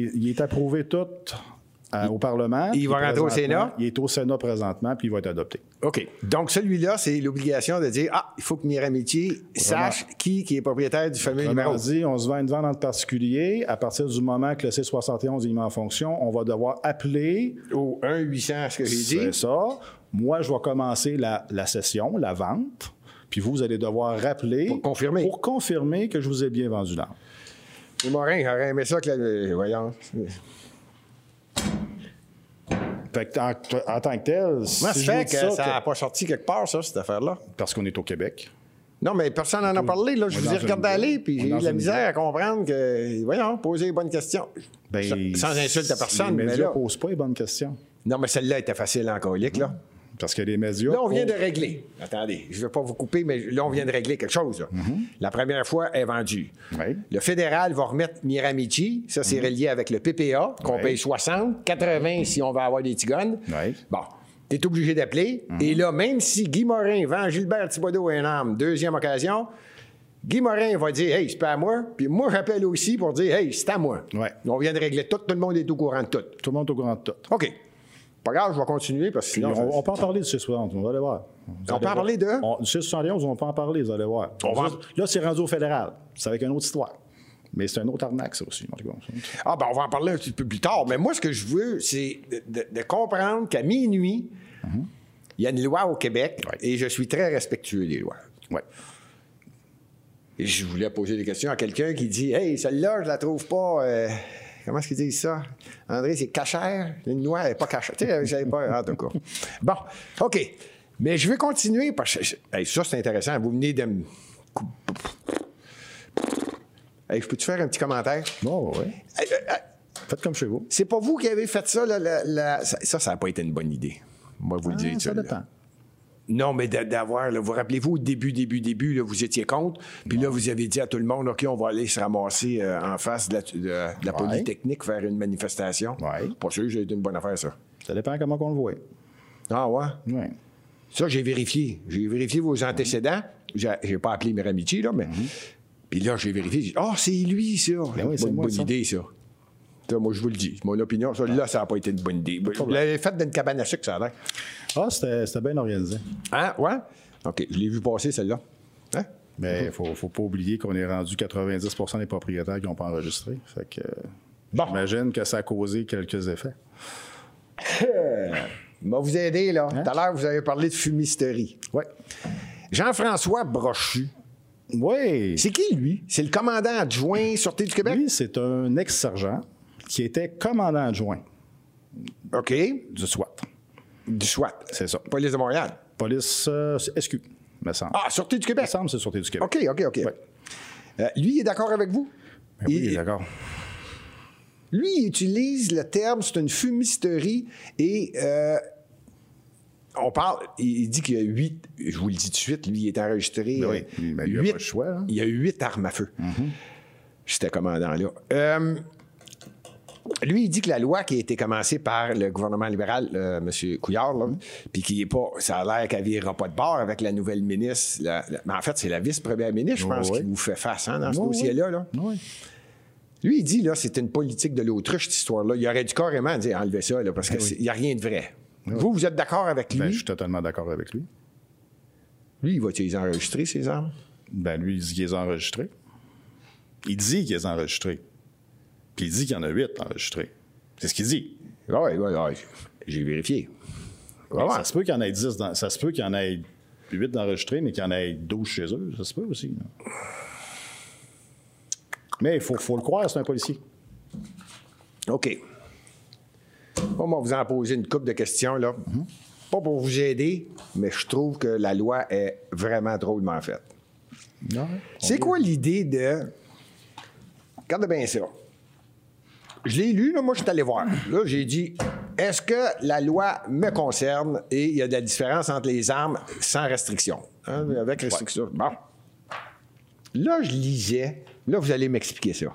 S3: est- il est approuvé tout à- au Parlement.
S2: il
S3: puis
S2: va rentrer au
S3: présentement-
S2: Sénat?
S3: Il est au Sénat présentement, puis il va être adopté.
S2: OK. Donc, celui-là, c'est l'obligation de dire Ah, il faut que Miramichi sache qui, qui est propriétaire du fameux
S3: Autrement
S2: numéro.
S3: dit, on se vend une vente entre particuliers. À partir du moment que le C71 est mis en fonction, on va devoir appeler.
S2: Au 1-800, ce que j'ai
S3: C'est
S2: dit.
S3: ça. Moi, je vais commencer la, la session, la vente. Puis vous, vous allez devoir rappeler.
S2: Pour confirmer.
S3: Pour confirmer que je vous ai bien vendu l'arbre.
S2: Et Morin, j'aurais aimé ça que. la- euh, Voyons.
S3: Fait que, en, en tant que tel, si
S2: Comment ça
S3: je
S2: se
S3: vous
S2: fait
S3: dis
S2: que ça n'a
S3: que-
S2: pas sorti quelque part, ça, cette affaire-là?
S3: Parce qu'on est au Québec.
S2: Non, mais personne n'en a parlé. Là.
S3: On
S2: Je
S3: est
S2: vous ai
S3: dans
S2: regardé
S3: une-
S2: aller, puis
S3: on est
S2: j'ai eu
S3: dans
S2: de la
S3: une-
S2: misère à comprendre que, voyons, poser les bonnes questions.
S3: Ben,
S2: sans, sans insulte à personne,
S3: Les
S2: mais
S3: médias
S2: là.
S3: posent pas les bonnes questions.
S2: Non, mais celle-là était facile en colique, là.
S3: Parce que les médias.
S2: Là, on vient de
S3: posent-
S2: régler. Attendez, je ne veux pas vous couper, mais là, on vient de régler quelque chose. là.
S3: Mhm.
S2: La première fois est vendue.
S3: Oui.
S2: Le fédéral va remettre Miramichi. Ça, c'est
S3: Mhm.
S2: relié avec le PPA, qu'on
S3: Oui.
S2: paye 60, 80 si on va avoir des tigones.
S3: Oui.
S2: Bon, tu es obligé d'appeler.
S3: Mhm.
S2: Et là, même si Guy Morin vend Gilbert Thibodeau un homme, deuxième occasion, Guy Morin va dire Hey, c'est pas à moi. Puis moi, j'appelle aussi pour dire Hey, c'est à moi.
S3: Ouais.
S2: On vient de régler tout. Tout le monde est au courant de tout.
S3: Tout le monde est au courant de tout.
S2: OK. Pas grave, je vais continuer parce que
S3: Puis
S2: sinon.
S3: on, on peut en parler de ce soir, on va aller voir. Vous allez
S2: peut en
S3: voir.
S2: parler de?
S3: On- Du 671, on peut en parler, vous allez voir.
S2: On va-
S3: Ça, Là, c'est rendu au fédéral. C'est avec une autre histoire. Mais c'est un autre arnaque, ça aussi. en tout cas.
S2: Ah, ben, on va en parler un petit peu plus tard. Mais moi, ce que je veux, c'est de, de- de comprendre qu'à minuit, il y a une loi au Québec
S3: Ouais.
S2: et je suis très respectueux des lois.
S3: Ouais.
S2: Et je voulais poser des questions à quelqu'un qui dit Hey, celle-là, je la trouve pas. euh, comment est-ce qu'ils disent ça André, c'est cachère. Une loi, elle n'est pas cachère. Tu sais, j'avais pas. En tout [LAUGHS] cas. Bon, OK. Mais je vais continuer parce que. je- hey, ça, c'est intéressant. Vous venez de me. cou- Hey, je peux-tu faire un petit commentaire?
S3: Bon, ouais.
S2: Hey, euh, euh,
S3: Faites comme chez vous.
S2: C'est pas vous qui avez fait ça, là, la- la- ça, ça, ça n'a pas été une bonne idée. Moi, vous le dire.
S3: Ah, ça
S2: là.
S3: dépend.
S2: Non, mais d'a- d'avoir, là, vous rappelez-vous, au début, début, début, là, vous étiez contre, puis là, vous avez dit à tout le monde, OK, on va aller se ramasser euh, en face de la, de- de la
S3: Ouais.
S2: Polytechnique, faire une manifestation.
S3: Ouais.
S2: Pas sûr que j'ai été une bonne affaire, ça.
S3: Ça dépend comment on le voit.
S2: Ah ouais?
S3: Ouais.
S2: Ça, j'ai vérifié. J'ai vérifié vos
S3: Mhm.
S2: antécédents. J'ai j'ai pas appelé Miramichi, là, mais... Puis là, j'ai vérifié. J'ai dit, ah, c'est lui, ça.
S3: Ben oui,
S2: c'est
S3: c'est
S2: une
S3: moi,
S2: bonne
S3: ça.
S2: idée, ça. Ça, moi, je vous le dis. Mon opinion, ça, là, ça n'a pas été une bonne idée. Vous l'avez fait d'une cabane à sucre, ça a l'air.
S3: Ah, c'était c'était bien organisé.
S2: Hein? Ouais? OK, je l'ai vu passer, celle-là. Hein?
S3: Mais il faut, faut pas oublier qu'on est rendu 90 des propriétaires qui n'ont pas enregistré. Fait que. euh,
S2: Bon.
S3: J'imagine que ça a causé quelques effets.
S2: Il va vous aider, là. Tout
S3: Hein?
S2: à l'heure, vous avez parlé de fumisterie.
S3: Oui.
S2: Jean-François Brochu.
S3: Oui.
S2: C'est qui, lui? C'est le commandant adjoint Sûreté du Québec?
S3: Lui, c'est un ex-sergent qui était commandant adjoint
S2: OK.
S3: du SWAT.
S2: Du SWAT.
S3: C'est ça.
S2: Police de Montréal.
S3: Police euh, SQ, me semble.
S2: Ah, Sûreté du
S3: me
S2: Québec.
S3: semble, c'est Sûreté du Québec.
S2: OK, OK, OK.
S3: Ouais.
S2: Euh, lui, il est d'accord avec vous?
S3: Ben oui,
S2: Il-
S3: d'accord.
S2: Lui, il utilise le terme, c'est une fumisterie et euh, on parle, il il dit qu'il y a huit, je vous le dis tout de suite, lui, il est enregistré.
S3: Ben oui,
S2: euh,
S3: mais lui, il a
S2: huit-
S3: pas le choix, hein. Mm-hmm.
S2: Il y a huit armes à feu. J'étais commandant là. Euh, lui, il dit que la loi qui a été commencée par le gouvernement libéral, euh, M. Couillard, là,
S3: Mm-hmm.
S2: puis qui est pas, ça a l'air qu'elle virera pas de bord avec la nouvelle ministre. la- la- mais en fait, c'est la vice-première ministre, je pense,
S3: Ouais, ouais.
S2: qui vous fait face hein, dans ce
S3: Oh Oui,
S2: dossier-là.
S3: oui.
S2: là.
S3: Oui.
S2: Lui, il dit, là, c'est une politique de l'autruche, cette histoire-là. Il aurait dû carrément dire, enlevez ça, là, parce qu'il n'y a rien de vrai. Vous, vous êtes d'accord avec lui?
S3: Ben, je suis totalement d'accord avec lui.
S2: Lui, il va-tu les enregistrer, ces armes?
S3: Ben, lui, il dit qu'il les a enregistrés. Il dit qu'il les a enregistrés. Puis il dit qu'il y en a huit enregistrés. C'est ce qu'il dit.
S2: Oui, oui, oui. J'ai vérifié. Ouais, ouais.
S3: Ça se peut qu'il y en ait dix. dans- Ça se peut qu'il y en ait huit d'enregistrés, mais qu'il y en ait douze chez eux. Ça se peut aussi. Mais il faut, faut le croire, c'est un policier.
S2: OK. Bon, moi, vous en poser une couple de questions, là.
S3: Mhm.
S2: Pas pour vous aider, mais je trouve que la loi est vraiment drôlement faite. C'est quoi l'idée de. Regarde bien ça. Je l'ai lu, là, moi, je suis allé voir. Là, j'ai dit est-ce que la loi me concerne et il y a de la différence entre les armes sans restriction hein, Avec restriction. Bon. Là, je lisais. Là, vous allez m'expliquer ça.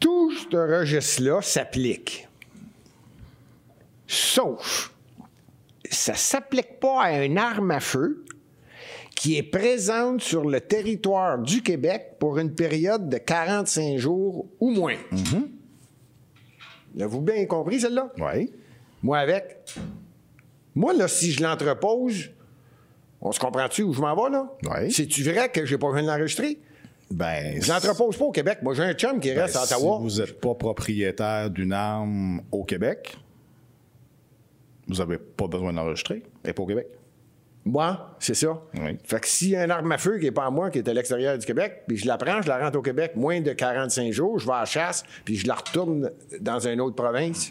S2: Tout ce registre-là s'applique. Sauf, ça ne s'applique pas à une arme à feu qui est présente sur le territoire du Québec pour une période de 45 jours ou moins. L'avez-vous bien compris, celle-là?
S3: Oui.
S2: Moi, avec. Moi, là, si je l'entrepose, on se comprend-tu où je m'en vais, là?
S3: Ouais.
S2: C'est-tu vrai que j'ai pas besoin de l'enregistrer?
S3: Ben,
S2: Je l'entrepose pas au Québec. Moi, j'ai un chum qui
S3: ben,
S2: reste à Ottawa.
S3: Si vous n'êtes pas propriétaire d'une arme au Québec, vous n'avez pas besoin d'enregistrer. Et pas au Québec.
S2: Moi, c'est ça.
S3: Oui.
S2: Fait que s'il y a une arme à feu qui n'est pas à moi, qui est à l'extérieur du Québec, puis je la prends, je la rentre au Québec moins de 45 jours, je vais à la chasse, puis je la retourne dans une autre province.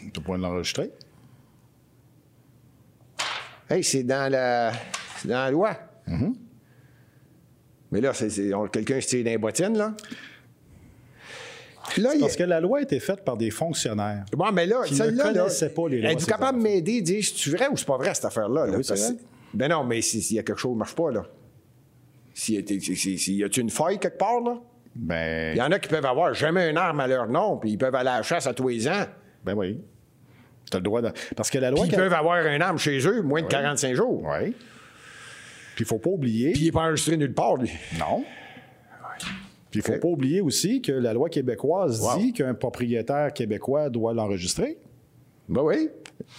S3: Vous n'avez pas besoin de l'enregistrer.
S2: Hey, c'est dans la, c'est dans la loi.
S3: Mm-hmm.
S2: Mais là, c'est, c'est- on- quelqu'un se tire dans les bottines, là. Là, il
S3: Parce que la loi a été faite par des fonctionnaires.
S2: Bon, mais là,
S3: qui ne
S2: celle-là. là,
S3: connaissaient pas les lois,
S2: Êtes-vous
S3: ces
S2: capable de
S3: affaires-là.
S2: m'aider, dire si c'est vrai ou c'est pas vrai, cette affaire-là? là?
S3: oui, c'est
S2: Parce
S3: vrai.
S2: que- Ben non, mais s'il s'il y a quelque chose qui ne marche pas, là. S'il y a- si- si- si- y a-tu une faille quelque part, là?
S3: Ben,
S2: Il y en a qui peuvent avoir jamais une arme à leur nom, puis ils peuvent aller à la chasse à tous les ans.
S3: ben oui. Tu as le droit de. Parce que la loi.
S2: Puis ils
S3: quand-
S2: peuvent avoir une arme chez eux moins de 45 jours.
S3: Oui. Puis il faut pas oublier.
S2: Puis il n'est pas enregistré nulle part, lui.
S3: Non. Puis il faut
S2: Ok.
S3: pas oublier aussi que la loi québécoise
S2: Wow.
S3: dit qu'un propriétaire québécois doit l'enregistrer.
S2: Ben oui.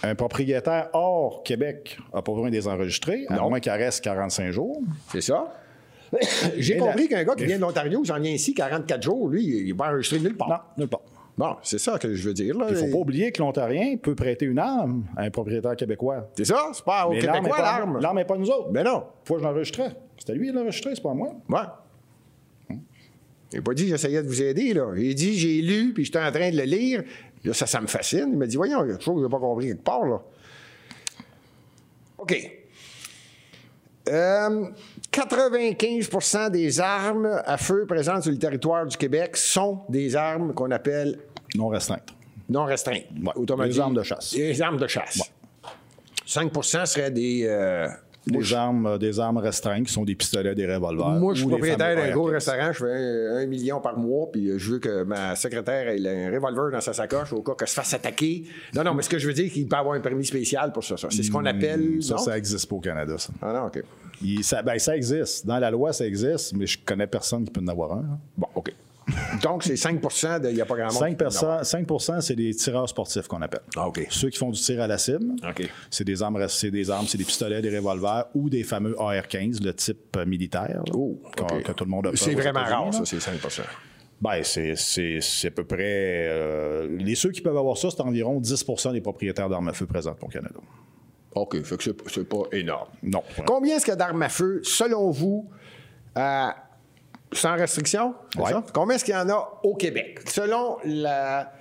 S3: Un propriétaire hors Québec n'a pas besoin de les enregistrer, à
S2: Non.
S3: moins qu'il reste 45 jours.
S2: C'est ça. [COUGHS] J'ai
S3: Et
S2: compris
S3: la-
S2: qu'un gars qui vient de l'Ontario, j'en viens ici 44 jours, lui, il n'est pas enregistré nulle part.
S3: Non, nulle part.
S2: Bon, c'est ça que je veux dire. Là.
S3: Il faut pas oublier que l'Ontarien peut prêter une arme à un propriétaire québécois.
S2: C'est ça? C'est pas au
S3: Mais l'arme est
S2: Québécois,
S3: pas à nous-
S2: l'arme.
S3: L'arme n'est pas à nous autres.
S2: Ben non.
S3: Faut que je l'enregistrais. C'était lui qui l'enregistrait, c'est pas à moi.
S2: Ouais. Il n'a pas dit j'essayais de vous aider, là. Il dit j'ai lu, puis j'étais en train de le lire. Là, ça, ça me fascine. Il m'a dit voyons, il y a quelque chose que je n'ai pas compris quelque part, là. OK. Euh, 95 des armes à feu présentes sur le territoire du Québec sont des armes qu'on appelle
S3: Non restreinte.
S2: non restreintes.
S3: Ouais,
S2: Autrement
S3: des
S2: dit,
S3: armes de chasse.
S2: Des armes de chasse. 5 seraient des. euh,
S3: Des armes, euh, des armes restreintes qui sont des pistolets, des revolvers.
S2: Moi, je suis
S3: ou des
S2: propriétaire
S3: fameux
S2: d'un gros
S3: AR-15.
S2: restaurant, je fais un, un million par mois, puis euh, je veux que ma secrétaire ait un revolver dans sa sacoche au cas qu'elle se fasse attaquer. Non, non, mais ce que je veux dire, c'est qu'il peut avoir un permis spécial pour ça. ça. C'est ce qu'on appelle.
S3: Hmm, Ça,
S2: non?
S3: ça n'existe pas au Canada, ça.
S2: Ah non, OK.
S3: Il- ça, ben, ça existe. Dans la loi, ça existe, mais je connais personne qui peut en avoir un. hein.
S2: Bon, OK. Donc, c'est 5 de. Il n'y a pas grand monde. qui
S3: 5,
S2: peut en avoir.
S3: 5 c'est des tireurs sportifs qu'on appelle.
S2: Ah, OK.
S3: Ceux qui font du tir à la cible,
S2: OK.
S3: c'est des armes, c'est des armes, c'est des pistolets, des revolvers ou des fameux AR-15, le type euh, militaire, là,
S2: Oh,
S3: qu'on-
S2: OK.
S3: que tout le monde a peur
S2: C'est
S3: aux
S2: vraiment
S3: États-Unis,
S2: rare,
S3: là.
S2: ça, c'est 5
S3: Ben, c'est, c'est- c'est à peu près. euh, les ceux qui peuvent avoir ça, c'est environ 10 des propriétaires d'armes à feu présentes au Canada.
S2: OK, fait que c'est c'est pas énorme.
S3: Non.
S2: Combien est-ce qu'il y a d'armes à feu, selon vous, euh, sans restriction? c'est
S3: Ouais.
S2: ça? Combien est-ce qu'il y en a au Québec? Selon la-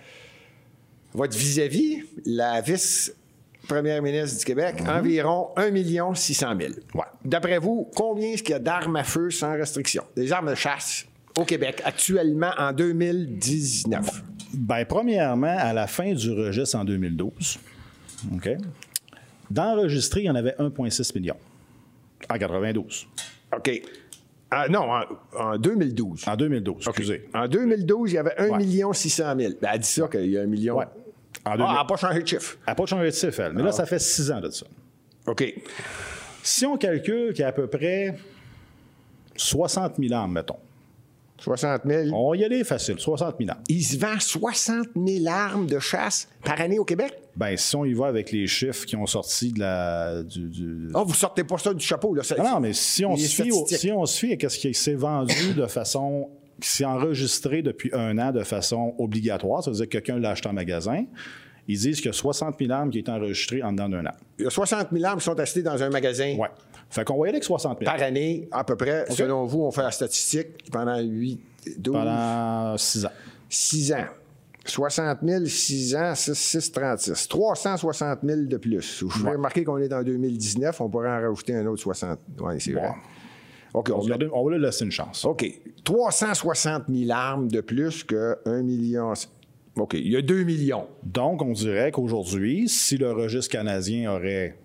S2: votre vis-à-vis, la vice-première ministre du Québec, environ 1 600 000.
S3: Ouais.
S2: D'après vous, combien est-ce qu'il y a d'armes à feu sans restriction? Des armes de chasse au Québec, actuellement en 2019.
S3: Ben, premièrement, à la fin du registre en 2012, OK, d'enregistrer, il y en avait 1,6 million en 92.
S2: OK. Ah, non, en, en 2012.
S3: En 2012, excusez.
S2: En 2012, il y avait 1
S3: Ouais.
S2: 600 000. Ben, elle dit ça qu'il y a un million.
S3: Ouais. En
S2: Ah,
S3: 2000.
S2: elle n'a pas changé de chiffre.
S3: Elle n'a pas changé de chiffre, elle. Mais là, ça fait six ans de ça.
S2: OK.
S3: Si on calcule qu'il y a à peu près 60 000 armes, mettons.
S2: 60 000.
S3: On va y aller facile, 60 000 armes.
S2: Il se vend 60 000 armes de chasse par année au Québec?
S3: Ben, si on y va avec les chiffres qui ont sorti de la, du, du-
S2: Ah, vous sortez pas ça du chapeau, là. ça-
S3: Ah non, mais si on,
S2: les
S3: se fie au-
S2: statistiques.
S3: si on se fie à ce qui s'est vendu de façon. qui s'est enregistré depuis un an de façon obligatoire, ça veut dire que quelqu'un l'a acheté en magasin, ils disent qu'il y a 60 000 armes qui est enregistrées en dedans d'un an.
S2: Il y a 60 000 armes qui sont achetées dans un magasin
S3: Ouais. Fait qu'on va y aller avec 60 000.
S2: par année, à peu près. Selon vous, on fait la statistique pendant 8, 12,
S3: Pendant six ans.
S2: 6 ans. 60 000, 6 ans, 6, 6, 36. 360 000 de plus. Vous pouvez remarquer qu'on est en 2019, on pourrait en rajouter un autre 60. Oui, c'est vrai.
S3: Ouais.
S2: OK, on
S3: On,
S2: se
S3: va leur- on va leur laisser une chance.
S2: OK. 360 000 armes de plus que 1 million. OK. Il y a 2 millions.
S3: Donc, on dirait qu'aujourd'hui, si le registre canadien aurait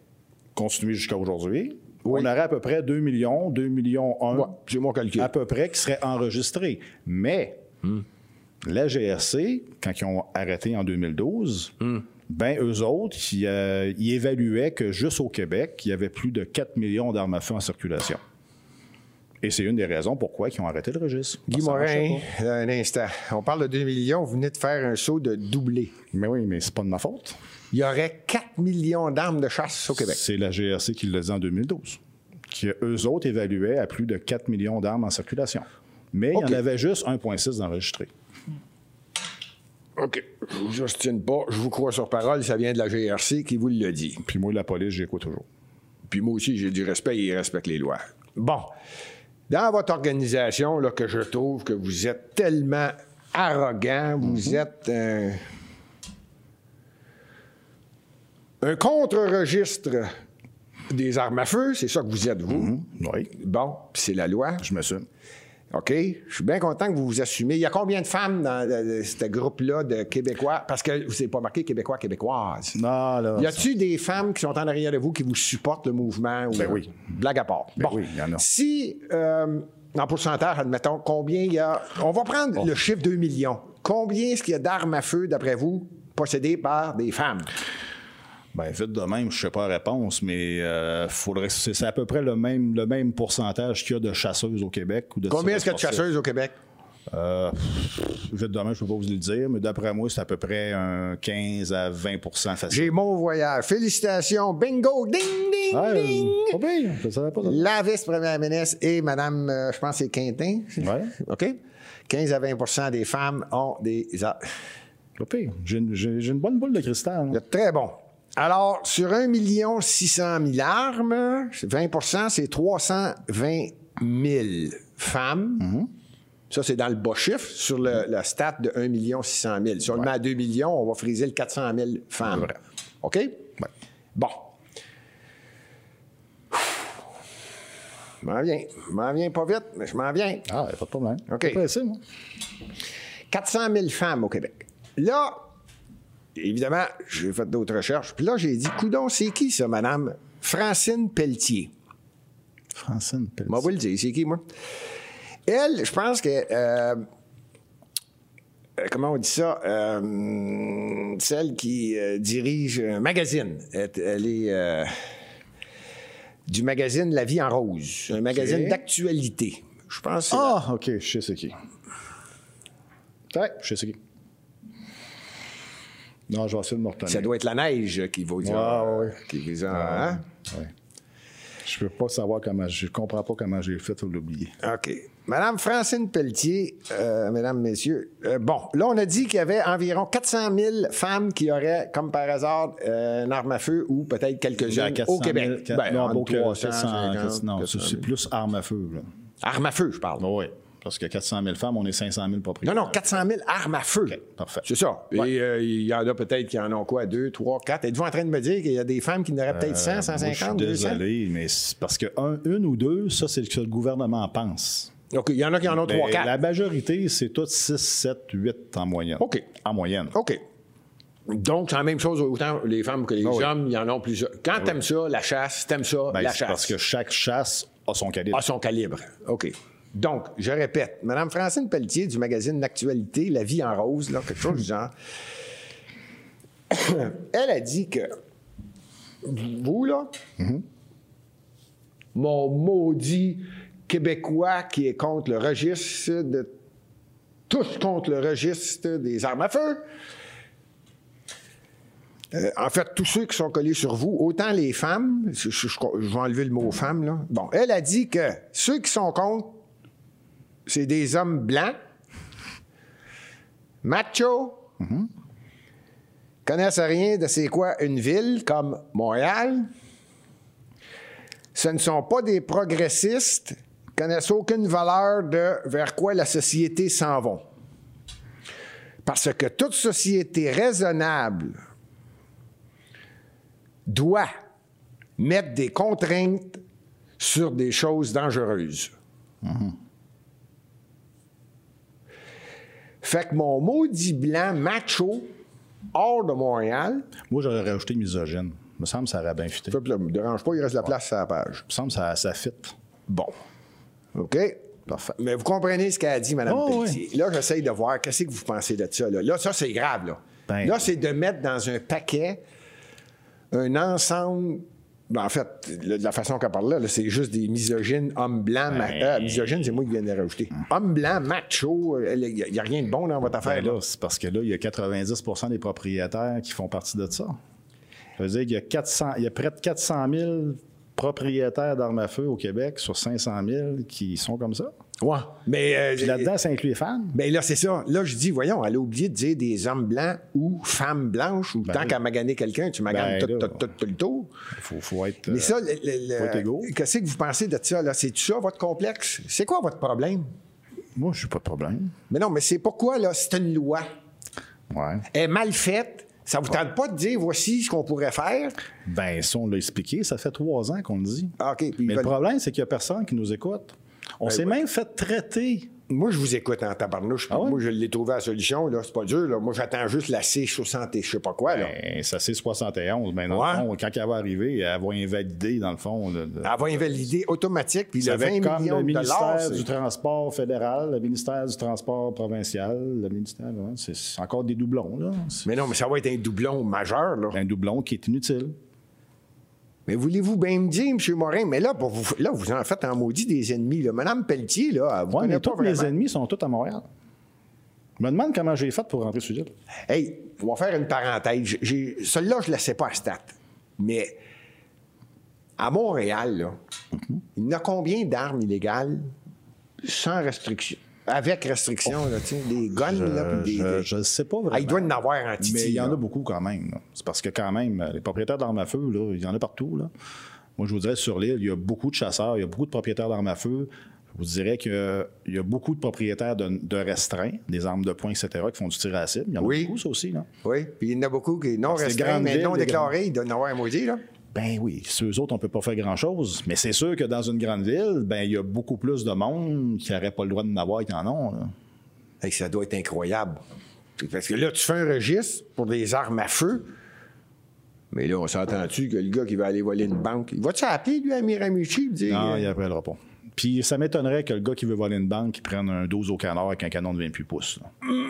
S3: continué jusqu'à aujourd'hui,
S2: Oui.
S3: on aurait à peu près 2 millions, 2 millions 1
S2: Ouais, Ah, c'est mon calcul.
S3: à peu près qui seraient enregistrés. Mais la GRC, quand ils ont arrêté en 2012, ben eux autres, ils, euh, ils évaluaient que juste au Québec, il y avait plus de 4 millions d'armes à feu en circulation. Et c'est une des raisons pourquoi ils ont arrêté le registre. Parce
S2: Guy
S3: que ça
S2: Morin,
S3: marchait pas.
S2: un instant. On parle de 2 millions, vous venez de faire un saut de doublé.
S3: Mais oui, mais c'est pas de ma faute.
S2: Il y aurait 4 millions d'armes de chasse au Québec.
S3: C'est la GRC qui le faisait en 2012, qui eux autres évaluaient à plus de 4 millions d'armes en circulation. Mais il
S2: OK.
S3: y en avait juste 1,6 d'enregistrés.
S2: OK. Je vous obstine pas. Je vous crois sur parole, ça vient de la GRC qui vous le dit.
S3: Puis moi, la police, j'écoute toujours.
S2: Puis moi aussi, j'ai du respect et ils respectent les lois. Bon. Dans votre organisation, là, que je trouve que vous êtes tellement arrogant, vous êtes euh, un, un contre-registre des armes à feu, c'est ça que vous êtes, vous.
S3: Hum, Oui,
S2: Bon, puis c'est la loi.
S3: je m'assume.
S2: OK? Je suis bien content que vous vous assumez. Il y a combien de femmes dans euh, ce groupe-là de Québécois? Parce que vous n'avez pas marqué Québécois, Québécoises.
S3: Non, Ah, là,
S2: Y a-tu des femmes qui sont en arrière de vous qui vous supportent le mouvement? Ou...
S3: Ben oui.
S2: Blague à part.
S3: Ben oui, y en a.
S2: Si, euh, en pourcentage, admettons, combien il y a. On va prendre le chiffre 2 millions. Combien est-ce qu'il y a d'armes à feu, d'après vous, possédées par des femmes?
S3: ben, vite de même, je sais pas la réponse, mais euh, faudrait, c'est, c'est à peu près le même, le même pourcentage qu'il y a de chasseuses au Québec. Ou de
S2: Combien est-ce qu'il y a de
S3: sportifs.
S2: chasseuses au Québec?
S3: Euh, pff, vite de même, je peux pas vous le dire, mais d'après moi, c'est à peu près un 15 à 20 facile.
S2: J'ai mon voyage. Félicitations. Bingo. Ding, ding,
S3: Ah, euh,
S2: ding.
S3: pas bien, je savais pas ça.
S2: La vice-première ministre et Mme, euh, je pense, que c'est Quintin.
S3: Ouais.
S2: OK? 15 à 20 des femmes ont des. a-
S3: Pas pire. J'ai une, j'ai- j'ai une bonne boule de cristal.
S2: Vous
S3: hein.
S2: êtes très bon. Alors, sur 1 600 000 armes, c'est 20 c'est 320 000 femmes. Ça, c'est dans le bas chiffre, sur le, la stat de 1 600 000. Si on le met à 2 millions, on va friser le 400 000 femmes.
S3: vrai.
S2: OK? Bon. Je m'en viens. Je m'en viens pas vite, mais je m'en viens.
S3: Ah, pas de problème.
S2: OK.
S3: Pas pressé, moi.
S2: 400 000 femmes au Québec. Là, évidemment, j'ai fait d'autres recherches. Puis là, j'ai dit, coudon, c'est qui ça, madame? Francine Pelletier.
S3: Francine Pelletier.
S2: Moi, vous le dire, c'est qui, moi? Elle, je pense que... euh, euh, Comment on dit ça? Euh, celle qui euh, dirige un magazine. Elle, elle est euh, du magazine La vie en rose, un magazine
S3: Ok.
S2: d'actualité. Je pense que c'est la-
S3: Ah, OK, je sais c'est qui. Ouais, je sais c'est qui. Non, je vais essayer de me retenir.
S2: ça doit être la neige qui vous
S3: Ah, oui.
S2: qui vous a- hein?
S3: Ouais. Je peux pas savoir comment... Je comprends pas comment j'ai fait pour l'oublier.
S2: OK. Madame Francine Pelletier, euh, mesdames, messieurs, euh, bon, là, on a dit qu'il y avait environ 400 000 femmes qui auraient, comme par hasard, euh, une arme à feu ou peut-être quelques-unes au Québec. Ben,
S3: non,
S2: entre
S3: pas au Québec, 400,
S2: 450,
S3: non, ça,
S2: 400
S3: c'est
S2: 000.
S3: plus arme à feu. Là.
S2: Armes à feu, je parle.
S3: Oui, Ben parce que 400 000 femmes, on est 500 000
S2: Non,
S3: propriétaires.
S2: non, 400 000 armes à feu.
S3: parfait.
S2: C'est ça. Et euh, il y en a peut-être qui en ont quoi? 2, 3, 4. Êtes-vous en train de me dire qu'il y a des femmes qui n'auraient peut-être 100,
S3: Euh, Moi, je
S2: 150,
S3: suis
S2: 200?
S3: désolé, mais c'est parce que un, une ou deux, ça, c'est ce que le gouvernement pense.
S2: OK, il y en a qui en ont 3,
S3: Mais
S2: 4.
S3: La majorité, c'est toutes 6, 7, 8 en moyenne.
S2: OK. Oh,
S3: En moyenne.
S2: OK. Ah Donc, c'est la même chose autant les femmes que les
S3: oui.
S2: hommes, il y en a plusieurs. Quand t'aimes ça, la chasse, t'aimes ça,
S3: Ben,
S2: la
S3: c'est
S2: chasse. Ah,
S3: Parce que chaque chasse a son calibre.
S2: À son calibre. OK. Donc, je répète, Madame Francine Pelletier du magazine L'actualité, La vie en rose, là, quelque chose du genre. [COUGHS] Elle a dit que vous, là, Mhm. mon maudit Québécois qui est contre le registre de. tous contre le registre des armes à feu. Euh, en fait, tous ceux qui sont collés sur vous, autant les femmes, je, je- je- je vais enlever le mot femme, là. Bon, elle a dit que ceux qui sont contre, c'est des hommes blancs, machos, connaissent rien de c'est quoi une ville comme Montréal. Ce ne sont pas des progressistes, connaissent aucune valeur de vers quoi la société s'en va. Parce que toute société raisonnable doit mettre des contraintes sur des choses dangereuses. Fait que mon maudit blanc macho, hors de Montréal,
S3: Moi, j'aurais rajouté misogyne. Me semble que ça aurait bien fité.
S2: ça ne me dérange pas, il reste la place sur la page.
S3: Me semble que ça, ça fit.
S2: Bon. OK? Parfait. Mais vous comprenez ce qu'elle a dit, Mme
S3: Oh,
S2: Pelletier. Là, j'essaye de voir qu'est-ce que vous pensez de ça. Là, Là, ça, c'est grave. Là,
S3: Ben.
S2: là c'est de mettre dans un paquet un ensemble Ben, en fait, le- de la façon qu'on parle là, là, c'est juste des misogynes, hommes blancs. ma-
S3: Ben- Hmm.
S2: euh, misogynes, c'est moi qui viens de les rajouter. Hommes blancs, macho, il n'y a rien de bon dans votre affaire.
S3: Ben
S2: là.
S3: là, c'est parce que là, il y a 90 des propriétaires qui font partie de ça. Ça veut dire qu'il y a, 400, il y a près de 400 000 propriétaires d'armes à feu au Québec sur 500 000 qui sont comme ça.
S2: Ouais. Mais euh,
S3: Puis là-dedans, ça inclut les femmes.
S2: Ben là, c'est ça. Là, je dis, voyons, elle a oublié de dire des hommes blancs ou femmes blanches, ou tant
S3: oui.
S2: qu'à maganer quelqu'un, tu maganes
S3: Ben
S2: tout,
S3: là.
S2: tout, tout, tout le tour.
S3: Il faut, faut être.
S2: Mais
S3: euh,
S2: ça, le- le-
S3: faut être égaux.
S2: le- qu'est-ce que vous pensez de ça? là? C'est ça, votre complexe? C'est quoi votre problème?
S3: Moi, je suis pas de problème.
S2: Mais non, mais c'est pourquoi, là, c'est une loi.
S3: Ouais.
S2: Elle est mal faite. Ça vous tente pas de dire, voici ce qu'on pourrait faire?
S3: Ben, ça, on l'a expliqué. Ça fait trois ans qu'on le dit.
S2: Ah, OK. puis
S3: Mais
S2: ils
S3: le
S2: veulent-
S3: problème, c'est qu'il n'y a personne qui nous écoute. On s'est même fait traiter.
S2: Moi, je vous écoute en tabarnouche. puis
S3: Ah ouais?
S2: Moi, je l'ai trouvé la solution. là. C'est pas dur. Là. Moi, j'attends juste la C60 et je sais pas quoi. Là.
S3: Ben, ça, c'est 71. Ben, dans
S2: Ouais.
S3: le fond, quand elle va arriver, elle va invalider, dans le fond. le- le-
S2: Elle va invalider automatique. Puis le 20
S3: Avec comme
S2: millions
S3: le
S2: de dollars...
S3: ministère
S2: c'est-
S3: du Transport fédéral, le ministère du Transport provincial, le ministère. ouais, C'est c'est encore des doublons, là. C'est
S2: Mais non, mais ça va être un doublon majeur, là.
S3: un doublon qui est inutile.
S2: Mais voulez-vous bien me dire, M. Morin, mais là, pour vous, là, vous en faites en maudit des ennemis. Là. Madame Pelletier, là, elle vous
S3: Ouais,
S2: connaît
S3: mais
S2: pas
S3: tous mes
S2: vraiment.
S3: ennemis sont tous à Montréal. Je me demande comment j'ai fait pour rentrer sur l'île.
S2: Hey, on va faire une parenthèse. J'ai- j'ai- Celui-là, je ne le sais pas à stat. Mais à Montréal, là,
S3: Mhm.
S2: il y en a combien d'armes illégales sans restriction? Avec restriction, là, tu sais, des guns, là, puis des... des-
S3: Je ne sais pas vraiment.
S2: Ah, il doit y en avoir en Titi.
S3: Mais il y en
S2: là.
S3: a beaucoup quand même. là. C'est parce que quand même, euh, les propriétaires d'armes à feu, là, il y en a partout. là. Moi, je vous dirais, sur l'île, il y a beaucoup de chasseurs, il y a beaucoup de propriétaires d'armes à feu. Je vous dirais qu'il y a beaucoup de propriétaires de, de restreints, des armes de poing, etc., qui font du tir à la cible. Il y en
S2: Oui.
S3: a beaucoup, ça aussi. Là.
S2: Oui, puis il y en a beaucoup qui non
S3: que les
S2: restreints,
S3: grandes
S2: mais
S3: villes,
S2: non
S3: les
S2: déclarés. Il doit y en avoir un maudit, là.
S3: Ben oui, ceux autres, on ne peut pas faire grand-chose. Mais c'est sûr que dans une grande ville, ben il y a beaucoup plus de monde qui n'aurait pas le droit de n'avoir qu'en ont. là.
S2: Hey, ça doit être incroyable. Parce que là, tu fais un registre pour des armes à feu. Mais là, on s'entend-tu que le gars qui va aller voler une banque, il va-tu appeler, lui, à Miramichi, et dire.
S3: Non,
S2: euh,
S3: il Ah, appellera pas. Puis ça m'étonnerait que le gars qui veut voler une banque, il prenne un 12 au canard avec un canon de 28 pouces. là.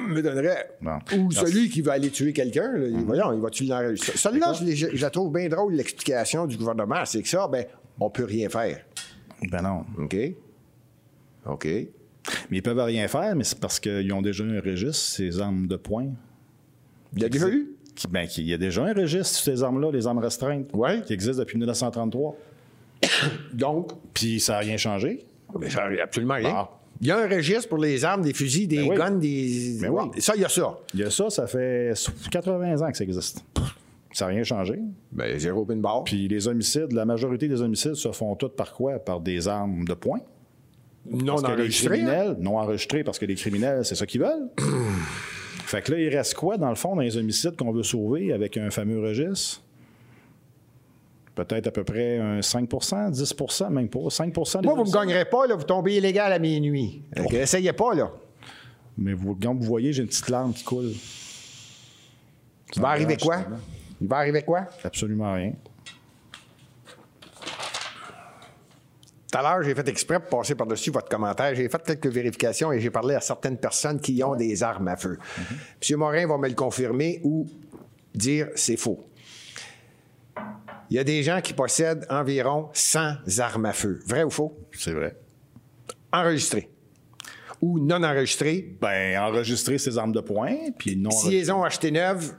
S2: me donnerait.
S3: Bon.
S2: Ou
S3: Merci. Mm.
S2: celui qui va aller tuer quelqu'un, là, voyons, il va-tu l'enregistrer? Celle-là, je, l'ai- je- je la trouve bien drôle, l'explication du gouvernement. C'est que ça, ben, on peut rien faire.
S3: Ben non.
S2: OK? OK.
S3: Mais ils peuvent rien faire, mais c'est parce qu'ils ont déjà un registre, ces armes de poing.
S2: Il y a déjà eu?
S3: Qui, ben, qui- il y a déjà un registre sur ces armes-là, les armes restreintes,
S2: Ouais.
S3: qui existent depuis 1933.
S2: Donc,
S3: Puis ça n'a rien changé.
S2: Mais ça, absolument rien.
S3: Bon.
S2: Il y a un registre pour les armes, des fusils, des
S3: Ah. Ben oui.
S2: guns, des.
S3: Ben oui.
S2: Ça, il y a ça.
S3: Il y a ça, ça fait 80 ans que ça existe. Ça n'a rien changé.
S2: Ben, zéro pin barre.
S3: Puis les homicides, la majorité des homicides se font toutes par quoi? Par des armes de poing.
S2: non
S3: Parce que les
S2: enregistré. hein.
S3: criminels, non enregistrés, parce que les criminels, c'est ça qu'ils veulent. [CLEARS THROAT] fait que là, il reste quoi, dans le fond, dans les homicides qu'on veut sauver avec un fameux registre? Peut-être à peu près un 5 10 même pas. 5 des
S2: Moi, vous me
S3: homicides.
S2: gagnerez pas, là, vous tombez illégal à minuit. Fait
S3: Oh.
S2: que Essayez pas, là.
S3: Mais vous, quand vous voyez, j'ai une petite larme qui coule.
S2: Il va
S3: me
S2: arriver
S3: dérange,
S2: quoi?
S3: justement.
S2: Il va arriver quoi?
S3: Absolument rien.
S2: Tout à l'heure, j'ai fait exprès pour passer par-dessus votre commentaire. J'ai fait quelques vérifications et j'ai parlé à certaines personnes qui ont des armes à feu.
S3: Mhm.
S2: M. Morin va me le confirmer ou dire c'est faux. Il y a des gens qui possèdent environ 100 armes à feu. Vrai ou faux?
S3: C'est vrai.
S2: Enregistrées. Ou non enregistrées.
S3: Ben, enregistrer ces armes de poing, puis non
S2: Si les ont achetées neuves,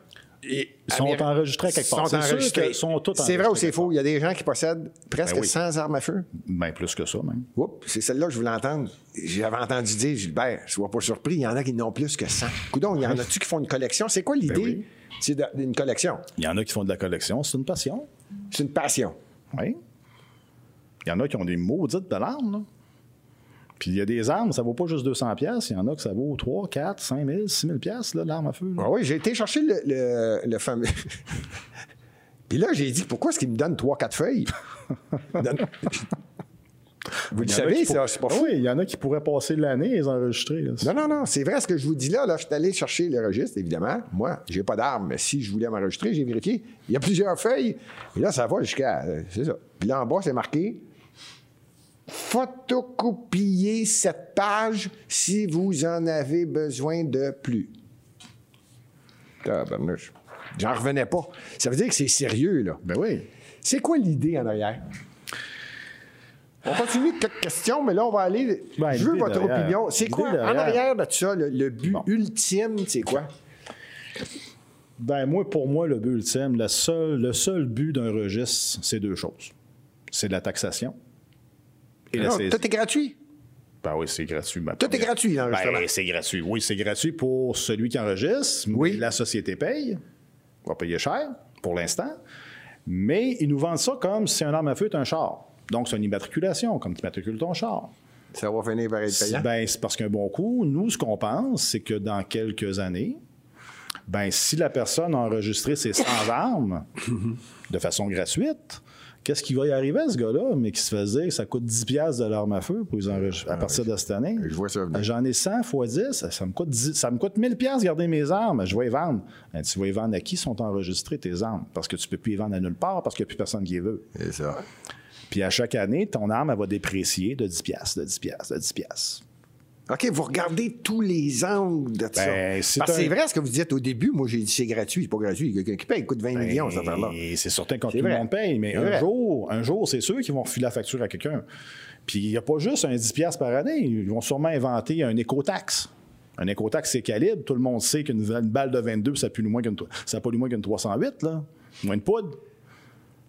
S2: ils
S3: sont enregistrés quelque part.
S2: Sont
S3: C'est sûr
S2: enregistrés.
S3: que sont toutes
S2: C'est vrai ou
S3: enregistrées
S2: c'est
S3: quelque
S2: faux? Il y a des gens qui possèdent presque
S3: Ben oui.
S2: 100 armes à feu.
S3: Ben, plus que ça, même.
S2: Oups, c'est celle-là que je voulais entendre. J'avais entendu dire, Gilbert, sois pas surpris, il y en a qui n'ont plus que 100. Coudon, il y en a-tu qui font une collection? C'est quoi l'idée?
S3: Ben oui.
S2: C'est de- d'une collection.
S3: Il y en a qui font de la collection, c'est une passion.
S2: C'est une passion.
S3: Oui. Il y en a qui ont des maudites de l'arme, là. Puis il y a des armes, ça vaut pas juste 200 pièces, il y en a que ça vaut 3, 4, 5 000, 6 000 pièces, là, l'arme à feu. là.
S2: Ah oui, j'ai été chercher le, le- le fameux. [LAUGHS] Puis là, j'ai dit, pourquoi est-ce qu'il me donne
S3: [LAUGHS]
S2: 3-4 feuilles? Il donne- Vous le
S3: Il y en a qui
S2: savez,
S3: pour-
S2: ça, c'est pas
S3: Ah
S2: fou.
S3: Oui, il y en a qui pourraient passer l'année et les enregistrer. là.
S2: Non, non, non, c'est vrai ce que je vous dis là. là je suis allé chercher le registre, évidemment. Moi, j'ai pas d'arme, mais si je voulais m'enregistrer, j'ai vérifié. Il y a plusieurs feuilles. Et là, ça va jusqu'à. euh, C'est ça. Puis là, en bas, c'est marqué photocopier cette page si vous en avez besoin de plus. Ah, ben, Tabarnouche. J'en revenais pas. Ça veut dire que c'est sérieux, là.
S3: Ben oui.
S2: C'est quoi l'idée en arrière? On continue avec quelques questions, mais là, on va aller.
S3: Ben,
S2: je veux
S3: l'idée
S2: votre
S3: derrière.
S2: opinion. C'est
S3: L'idée
S2: quoi, en
S3: derrière.
S2: arrière de ça, le, le but
S3: Bon.
S2: ultime, c'est quoi?
S3: Ben moi, pour moi, le but ultime, la seule- le seul but d'un registre, c'est deux choses. C'est la taxation et la
S2: Non,
S3: saisie.
S2: Ah, tout est gratuit.
S3: Ben oui, c'est gratuit. ma
S2: Tout est
S3: première.
S2: gratuit, hein, dans le
S3: Ben, c'est gratuit. Oui, c'est gratuit pour celui qui enregistre.
S2: Oui.
S3: mais La société paye. On va payer cher pour l'instant. Mais ils nous vendent ça comme si un arme à feu est un char. Donc, c'est une immatriculation, comme tu matricules ton char.
S2: Ça va finir par être payant.
S3: Ben, c'est parce qu'un bon coup, nous, ce qu'on pense, c'est que dans quelques années, ben, si la personne a enregistré ses 100
S2: [COUGHS]
S3: armes de façon gratuite, qu'est-ce qui va y arriver à ce gars-là, mais qui se faisait que ça coûte 10 piastres de l'arme à feu pour les enregistrer à partir de cette année?
S2: Ah, Je vois ça venir.
S3: Ben, J'en ai 100 fois 10, ça, ça me coûte 10 ça me coûte 1000 piastres garder mes armes. Je vais les vendre. Ben, tu vas les vendre à qui sont enregistrées tes armes? Parce que tu peux plus les vendre à nulle part parce qu'il n'y a plus personne qui les veut.
S2: C'est ça.
S3: Puis à chaque année, ton arme, elle va déprécier de 10 piastres, de 10 piastres, de 10 piastres.
S2: OK, vous regardez tous les angles de
S3: Ben,
S2: ça.
S3: c'est
S2: Parce que
S3: un-
S2: c'est vrai ce que vous dites au début. Moi, j'ai dit c'est gratuit, c'est pas gratuit. Il y a quelqu'un qui paye, il coûte
S3: Ben,
S2: 20 millions, cette affaire-là.
S3: Et c'est certain que
S2: C'est
S3: tout le
S2: vrai.
S3: monde paye, mais
S2: C'est
S3: un
S2: vrai.
S3: jour, un jour, c'est sûr qu'ils vont refiler la facture à quelqu'un. Puis il n'y a pas juste un 10$ par année, ils vont sûrement inventer un écotaxe. Un écotaxe, c'est calibre. Tout le monde sait qu'une une balle de 22, ça pollue moins qu'une ça pollue moins qu'une 308, là. moins de poudre.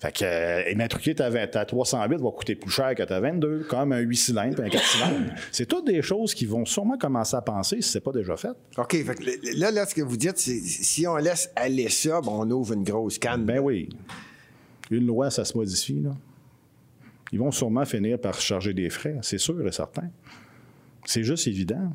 S3: Fait que euh, immatriculer ta, vingt- ta 308 va coûter plus cher que ta 22, comme un 8 cylindres puis un 4 cylindres. C'est toutes des choses qui vont sûrement commencer à penser si ce n'est pas déjà fait.
S2: OK, fait que le- le- là, là, ce que vous dites, c'est si on laisse aller ça, ben, on ouvre une grosse canne.
S3: Ben oui. Une loi, ça se modifie, là. Ils vont sûrement finir par charger des frais, c'est sûr et certain. C'est juste évident.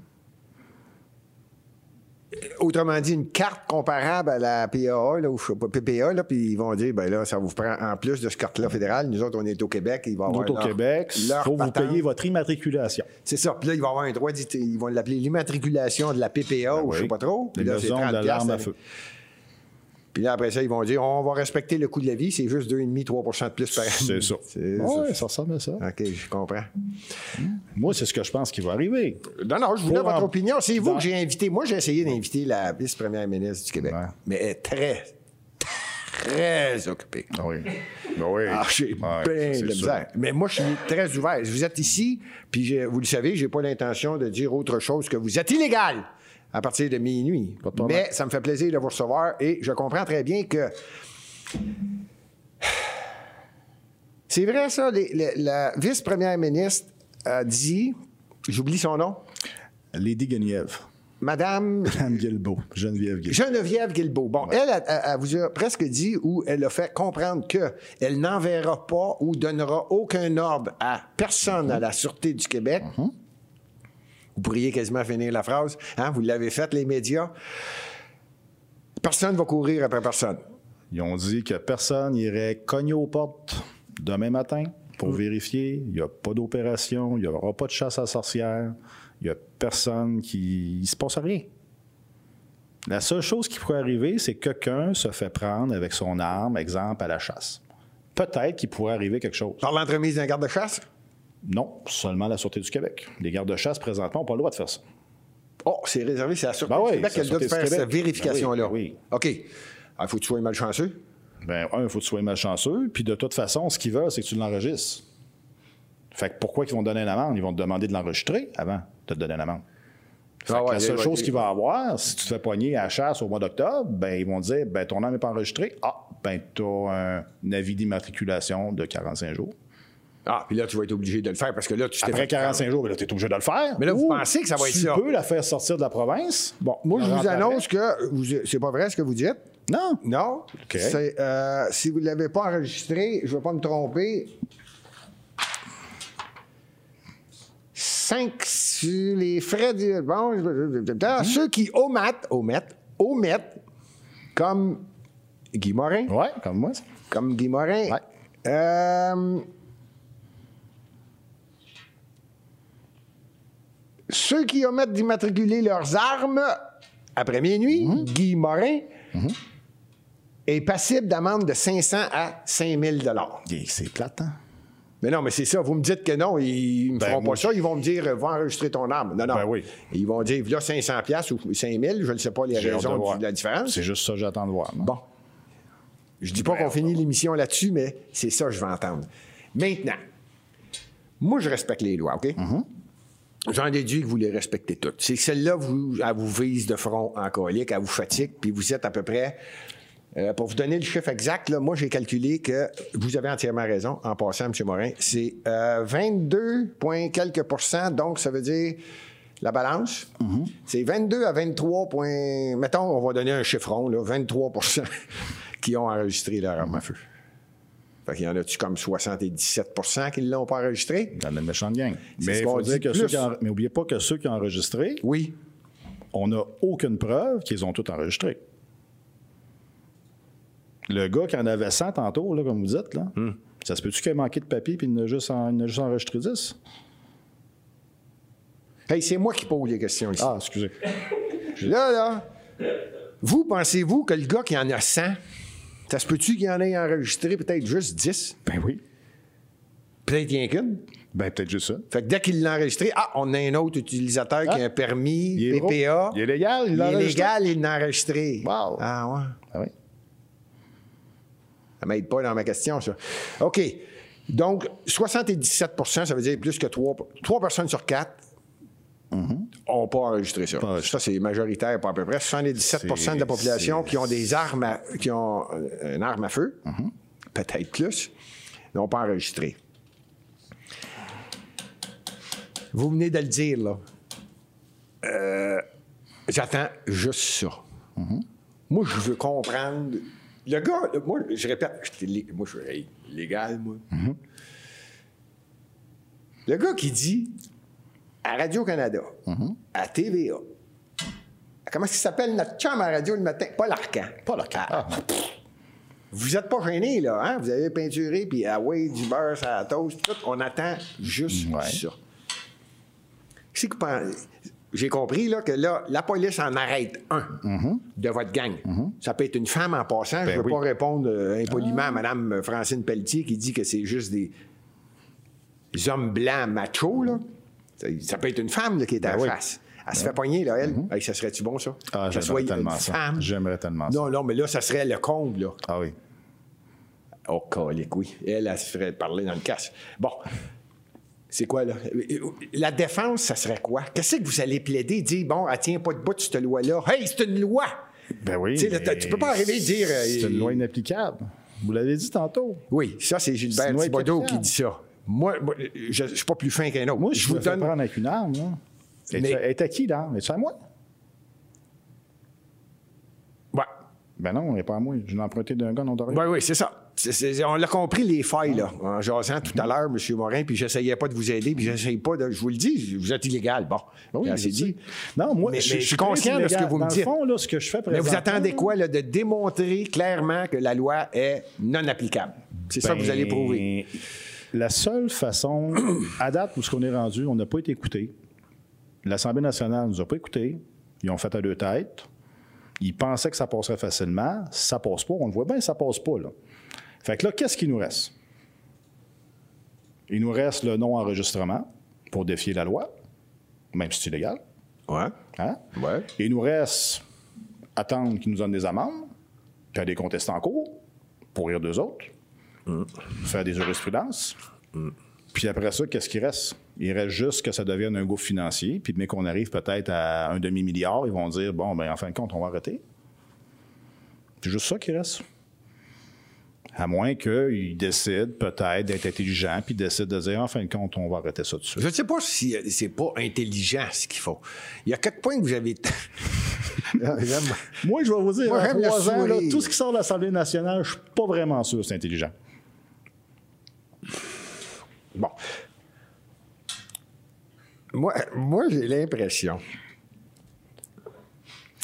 S2: Autrement dit, une carte comparable à la PAA, là, ou je sais pas, PPA, là, puis ils vont dire, ben là, ça vous prend en plus de ce carte-là fédéral. Nous autres, on est au Québec, ils vont
S3: Nous
S2: avoir
S3: autres, au
S2: leur-
S3: Québec, il
S2: leur
S3: faut vous
S2: patente.
S3: payer votre immatriculation.
S2: C'est ça. Puis là, il va avoir un droit, d'it- ils vont l'appeler l'immatriculation de la PPA ou Oh, je sais
S3: Ben Oui.
S2: pas trop. Puis
S3: Les
S2: là, c'est
S3: maisons
S2: 30
S3: de l'arme à
S2: piastres. hein.
S3: feu.
S2: Puis là, après ça, ils vont dire, on va respecter le coût de la vie, c'est juste 2,5-3 de plus par année.
S3: C'est ça.
S2: [LAUGHS] C'est
S3: Oui, ça ressemble à ça.
S2: OK, je comprends.
S3: Moi, c'est ce que je pense qui va arriver.
S2: Non, non, je voulais
S3: Pour
S2: votre
S3: en-
S2: opinion. C'est vous
S3: dans-
S2: que j'ai invité. Moi, j'ai essayé d'inviter la vice-première ministre du Québec.
S3: Ouais.
S2: Mais elle est très, très occupée.
S3: [LAUGHS] Oui. oui.
S2: Ah, j'ai plein de misère. Mais moi, je suis très ouvert. Vous êtes ici, puis je- vous le savez, j'ai pas l'intention de dire autre chose que vous êtes illégal à partir de minuit.
S3: Pas de problème.
S2: Mais ça me fait plaisir de vous recevoir et je comprends très bien que. [SIGHS] C'est vrai, ça. les- les- la vice-première ministre a dit, j'oublie son nom,
S3: Lady Guenièvre.
S2: Madame
S3: Madame Guilbeault. Geneviève Guilbeault.
S2: Geneviève Guilbeault. Bon, elle, elle, elle- elle vous a presque dit ou elle a fait comprendre que elle n'enverra pas ou donnera aucun ordre à personne
S3: Mhm.
S2: à la Sûreté du Québec. Vous pourriez quasiment finir la phrase. Hein? Vous l'avez faite, les médias. Personne ne va courir après personne.
S3: Ils ont dit que personne n'irait cogner aux portes demain matin pour vérifier. Il n'y a pas d'opération, il n'y aura pas de chasse à sorcière, il n'y a personne qui. Il se passe rien. La seule chose qui pourrait arriver, c'est que quelqu'un se fait prendre avec son arme, exemple, à la chasse. Peut-être qu'il pourrait arriver quelque chose.
S2: Par l'entremise d'un garde-chasse?
S3: Non, seulement la Sûreté du Québec. Les gardes-chasse, présentement, n'ont pas le droit de faire ça.
S2: Oh, c'est réservé, c'est à la Sûreté
S3: Ben
S2: du
S3: oui,
S2: Québec
S3: c'est
S2: qu'elle
S3: la
S2: doit
S3: Sûreté
S2: faire
S3: du Québec.
S2: cette vérification-là.
S3: Ben oui,
S2: OK. Il faut que tu sois malchanceux.
S3: Ben, un, il faut que tu sois malchanceux. Puis de toute façon, ce qu'ils veulent, c'est que tu l'enregistres. Fait que pourquoi ils vont te donner une amende? Ils vont te demander de l'enregistrer avant de te donner une amende. Fait que
S2: Ah ouais,
S3: la
S2: ouais,
S3: seule
S2: ouais,
S3: chose
S2: ouais.
S3: qu'ils vont avoir, si tu te fais pogner à la chasse au mois d'octobre, ben, ils vont te dire ben, ton arme n'est pas enregistrée. Ah, ben, tu as un avis d'immatriculation de 45 jours.
S2: Ah, puis là, tu vas être obligé de le faire parce que là, tu t'es
S3: Après
S2: fait
S3: 45 jours, ben, tu es obligé de le faire.
S2: Mais là, vous
S3: Ou
S2: pensez que ça va être ça?
S3: Tu peux la faire sortir de la province. Bon,
S2: Moi,
S3: la
S2: je vous
S3: rentrer
S2: annonce que vous- c'est pas vrai ce que vous dites.
S3: après. Non.
S2: Non.
S3: OK.
S2: C'est, euh, si vous ne l'avez pas enregistré, je ne vais pas me tromper. 5 sur les frais du. Bon, je- je- je- je- ceux qui omettent, omettent, omettent, comme Guy Morin,
S3: Ouais, comme moi. ça.
S2: comme Guy Morin.
S3: Ouais.
S2: Euh, ceux qui omettent d'immatriculer leurs armes après minuit,
S3: Mhm.
S2: Guy Morin, est passible d'amende de 500 à 5000 dollars.
S3: Et C'est plate, hein?
S2: Mais non, mais c'est ça. Vous me dites que non, ils ne
S3: Ben,
S2: feront
S3: moi,
S2: pas ça. Ils vont me dire, euh, va enregistrer ton arme. Non, non.
S3: Ben oui.
S2: Ils vont dire, là, 500 pièces ou 5000, je ne sais pas les
S3: J'ai hâte de
S2: raisons
S3: voir.
S2: de la différence.
S3: C'est juste ça que j'attends de voir. moi.
S2: Bon. Je dis pas
S3: Ben,
S2: qu'on finit l'émission là-dessus, mais c'est ça que je vais entendre. Maintenant, moi, je respecte les lois, OK? J'en déduis que vous les respectez toutes. C'est que celle-là, vous, elle vous vise de front en colique, elle vous fatigue, puis vous êtes à peu près. euh, pour vous donner le chiffre exact, là, moi, j'ai calculé que vous avez entièrement raison en passant, M. Morin. C'est euh, 22, point quelques pourcents, donc ça veut dire la balance. C'est 22 à 23, point, mettons, on va donner un chiffron, là, 23 [LAUGHS] qui ont enregistré leur arme à feu. Fait qu'il y en a-tu comme 77 qui ne l'ont pas enregistré?
S3: Dans la méchante gang.
S2: C'est
S3: Mais
S2: ce
S3: il
S2: qu'on
S3: faut
S2: dit
S3: dire que ceux
S2: plus.
S3: qui en- mais oubliez pas que ceux qui ont enregistré,
S2: Oui.
S3: on n'a aucune preuve qu'ils ont tout enregistré. Le gars qui en avait 100 tantôt, là, comme vous dites, là, ça se peut-tu qu'il ait manqué de papier puis il n'a juste, en- il en a juste enregistré 10?
S2: Hey, c'est moi qui pose les questions ici.
S3: Ah, excusez.
S2: Là, là, vous pensez-vous que le gars qui en a 100, ça se peut-tu qu'il en ait enregistré peut-être juste 10?
S3: Ben oui.
S2: Peut-être rien qu'une.
S3: Ben peut-être juste ça.
S2: Fait que dès qu'il l'a enregistré, ah, on a un autre utilisateur qui a un permis,
S3: Ah. Il est
S2: PPA.
S3: gros. Il est légal, il
S2: Il
S3: l'a
S2: est
S3: enregistré.
S2: légal, il l'a enregistré.
S3: Wow.
S2: Ah ouais.
S3: Ah oui.
S2: Ça m'aide pas dans ma question, ça. OK. Donc, 77 ça veut dire plus que 3, personnes sur 4 n'ont pas enregistré ça.
S3: Mhm. Pas enregistré.
S2: Ça, c'est majoritaire, pas à peu près. 77 de la
S3: C'est-
S2: population
S3: c'est- Mhm.
S2: qui ont des armes, à- qui ont euh, une arme à feu, peut-être plus, n'ont pas enregistré. Vous venez de le dire, là. Euh, J'attends juste ça.
S3: Mhm.
S2: Moi, je veux comprendre. Le gars, le- moi, je répète, j'étais lé- moi, je suis hey, légal, moi. Le gars qui dit à Radio-Canada, à TVA, à- comment il s'appelle notre chum à radio le matin? Pas l'Arcan. Pas l'Arcan.
S3: Ah.
S2: Vous n'êtes pas gêné, là, hein? Vous avez peinturé, puis ah oui, du beurre, ça la toast, tout. On attend juste
S3: Ouais.
S2: ça. Qu'est-ce que vous pensez? J'ai compris là, que là, la police en arrête un de votre gang. Ça peut être une femme en passant. je
S3: Mm-hmm. Ben
S2: ne veux
S3: oui. Ah.
S2: pas répondre euh, impoliment à Mme Francine Pelletier qui dit que c'est juste des hommes blancs machos. Là. Ça, ça peut être une femme là, qui est à la
S3: Ben oui. Mhm.
S2: face. Elle se fait pogner, là, elle. Hey, ça serait-tu bon, ça?
S3: Ah,
S2: Que
S3: j'aimerais
S2: soit une
S3: tellement ça.
S2: femme.
S3: J'aimerais tellement ça.
S2: Non, non, mais là, ça serait le comble, là.
S3: Ah oui.
S2: Oh, colique, oui. Elle, elle se ferait parler dans le cache. Bon. C'est quoi, là? La défense, ça serait quoi? Qu'est-ce que vous allez plaider? Dire, bon, elle tient pas de bout de cette loi-là. Hey, c'est une loi!
S3: Ben oui.
S2: Tu sais, là, t'as-
S3: mais
S2: tu peux pas arriver et dire, euh,
S3: C'est une loi inapplicable. Vous l'avez dit tantôt.
S2: Oui, ça, c'est
S3: C'est
S2: Gilbert
S3: une loi
S2: Thibodeau qui
S3: capitale.
S2: dit ça. Moi, moi, je, je suis pas plus fin qu'un autre.
S3: Moi, je, vous donne. prendre avec une arme. Là. Elle
S2: Mais-
S3: est- Elle est à qui, l'arme? Elle est à moi?
S2: Ouais.
S3: Ben non, elle n'est pas à moi. Je l'ai emprunté d'un gars non d'orient.
S2: Oui, oui, c'est ça. C'est- c'est- on l'a compris, les failles, là, en jasant tout à l'heure, M. Morin, puis j'essayais pas de vous aider, puis j'essayais pas de... Je vous le dis, vous êtes illégal. Bon,
S3: Ben Oui,
S2: Là,
S3: je
S2: Ah, c'est
S3: sais.
S2: dit.
S3: Non, moi,
S2: Mais-
S3: je,
S2: mais
S3: je
S2: je suis
S3: très
S2: conscient de ce que
S3: illégal.
S2: vous me
S3: Dans le
S2: dites.
S3: fond, là, ce que je fais
S2: Mais
S3: présentement...
S2: vous attendez quoi, là, de démontrer clairement que la loi est non applicable? C'est ça que vous allez
S3: Ben,
S2: prouver.
S3: La seule façon, [CLEARS THROAT] à date où ce qu'on est rendu, on n'a pas été écouté. L'Assemblée nationale ne nous a pas écoutés. Ils ont fait à deux têtes. Ils pensaient que ça passerait facilement. Ça passe pas. On le voit bien, ça passe pas. Là. Fait que là, qu'est-ce qui nous reste? Il nous reste le non-enregistrement pour défier la loi, même si c'est illégal.
S2: Ouais.
S3: Hein?
S2: Ouais.
S3: Et il nous reste attendre qu'ils nous donnent des amendes, faire des contestants en cours, pour rire d'eux autres, faire des jurisprudences. Puis après ça, qu'est-ce qui reste? Il reste juste que ça devienne un gouffre financier, puis dès qu'on arrive peut-être à un demi-milliard, ils vont dire, bon, ben en fin de compte, on va arrêter. C'est juste ça qui reste. À moins qu'ils décident peut-être d'être intelligents, puis décident de dire, en fin de compte, on va arrêter ça tout de suite.
S2: Je ne sais pas si euh, c'est pas intelligent ce qu'ils font. Il y a quelques points que vous avez.
S3: [LAUGHS]
S2: [LAUGHS] J'aime-
S3: Moi, je vais vous dire,
S2: Moi,
S3: en
S2: j'aime le
S3: trois ans, là,
S2: sourire.
S3: tout ce qui sort de l'Assemblée nationale, je suis pas vraiment sûr que c'est intelligent.
S2: Bon. Moi, moi j'ai l'impression.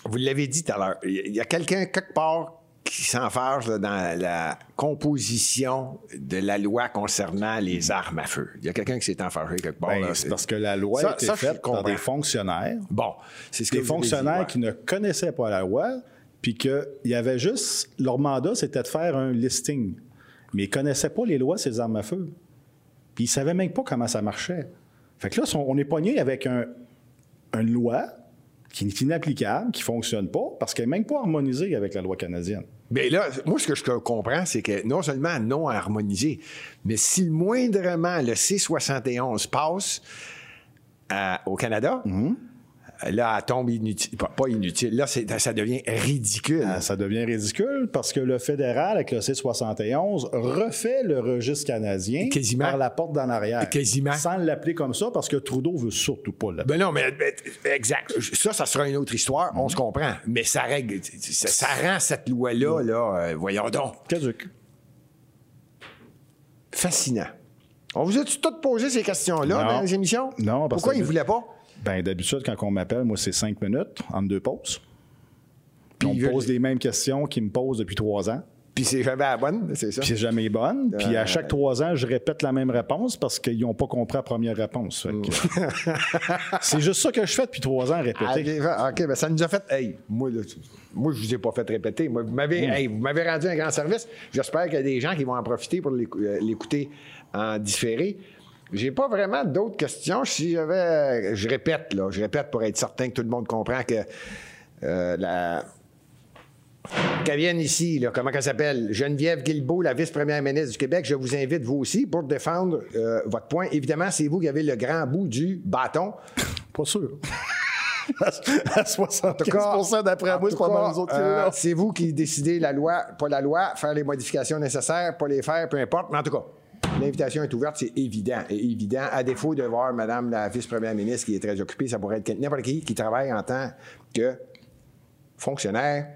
S2: Vous l'avez dit tout à l'heure, il y a- il y a quelqu'un quelque part qui s'enfarge là, dans la composition de la loi concernant les armes à feu. Il y a quelqu'un qui s'est enfargé quelque part.
S3: Ben,
S2: là.
S3: c'est parce que la loi
S2: Ça-
S3: a été
S2: ça, je
S3: faite par
S2: comprends.
S3: des fonctionnaires,
S2: Bon, c'est ce que
S3: des
S2: vous avez dit,
S3: fonctionnaires
S2: ouais.
S3: qui ne connaissaient pas la loi, puis qu'il y avait juste, leur mandat, c'était de faire un listing. Mais ils connaissaient pas les lois, ces armes à feu. Puis ils savaient même pas comment ça marchait. Fait que là, on- on est pogné avec un, une loi qui est inapplicable, qui fonctionne pas, parce qu'elle n'est même pas harmonisée avec la loi canadienne.
S2: Mais là, moi, ce que je comprends, c'est que non seulement non harmonisé, mais si moindrement le C-71 passe à- au Canada,
S3: Mhm.
S2: là, elle tombe inutile. Pas, pas inutile. Là, c'est- ça devient ridicule.
S3: Ah, Ça devient ridicule parce que le fédéral, avec le C-71, refait le registre canadien
S2: Quasiment.
S3: par la porte d'en arrière.
S2: Quasiment.
S3: Sans l'appeler comme ça parce que Trudeau veut surtout pas l'appeler.
S2: Ben non, mais, mais- exact. Ça, ça sera une autre histoire.
S3: Mhm.
S2: On se comprend. Mais ça règle. Ça, ça rend cette loi-là,
S3: Mhm.
S2: là, euh, voyons donc,
S3: Caduc.
S2: fascinant. On vous a-tu tout posé ces questions-là
S3: Non.
S2: dans les émissions?
S3: Non, parce
S2: Pourquoi
S3: que-
S2: ils ne voulaient pas?
S3: Ben, d'habitude, quand on m'appelle, moi, c'est cinq minutes, entre deux pauses. Puis
S2: Puis
S3: on
S2: ils
S3: me
S2: veulent-
S3: pose les mêmes questions qu'ils me posent depuis trois ans.
S2: Puis c'est jamais la bonne, c'est ça?
S3: Puis c'est jamais bonne. Puis à chaque trois ans, je répète la même réponse parce qu'ils n'ont pas compris la première réponse. Fait que- [LAUGHS] c'est juste ça que je fais depuis trois ans,
S2: Ah,
S3: répéter.
S2: OK, OK, ben ça nous a fait. Hey, moi, là, tu- moi je ne vous ai pas fait répéter. Moi, vous m'avez hey, vous m'avez rendu un grand service. J'espère qu'il y a des gens qui vont en profiter pour l'éc- euh, l'écouter en différé. J'ai pas vraiment d'autres questions. Si j'avais. Je répète, là. Je répète pour être certain que tout le monde comprend que euh, la. Qu'elle vienne ici, là, comment qu'elle s'appelle? Geneviève Guilbeault, la vice-première ministre du Québec. Je vous invite, vous aussi, pour défendre euh, votre point. Évidemment, c'est vous qui avez le grand bout du bâton.
S3: Pas
S2: [LAUGHS]
S3: sûr. à
S2: En tout cas,
S3: 75 d'après
S2: en
S3: moi, c'est
S2: tout
S3: pas mal
S2: cas,
S3: les autres
S2: euh, C'est vous qui décidez la loi, pas la loi, faire les modifications nécessaires, pas les faire, peu importe. Mais en tout cas, l'invitation est ouverte, c'est évident. et évident, à défaut de voir Madame la vice-première ministre qui est très occupée, ça pourrait être n'importe qui qui travaille en tant que fonctionnaire,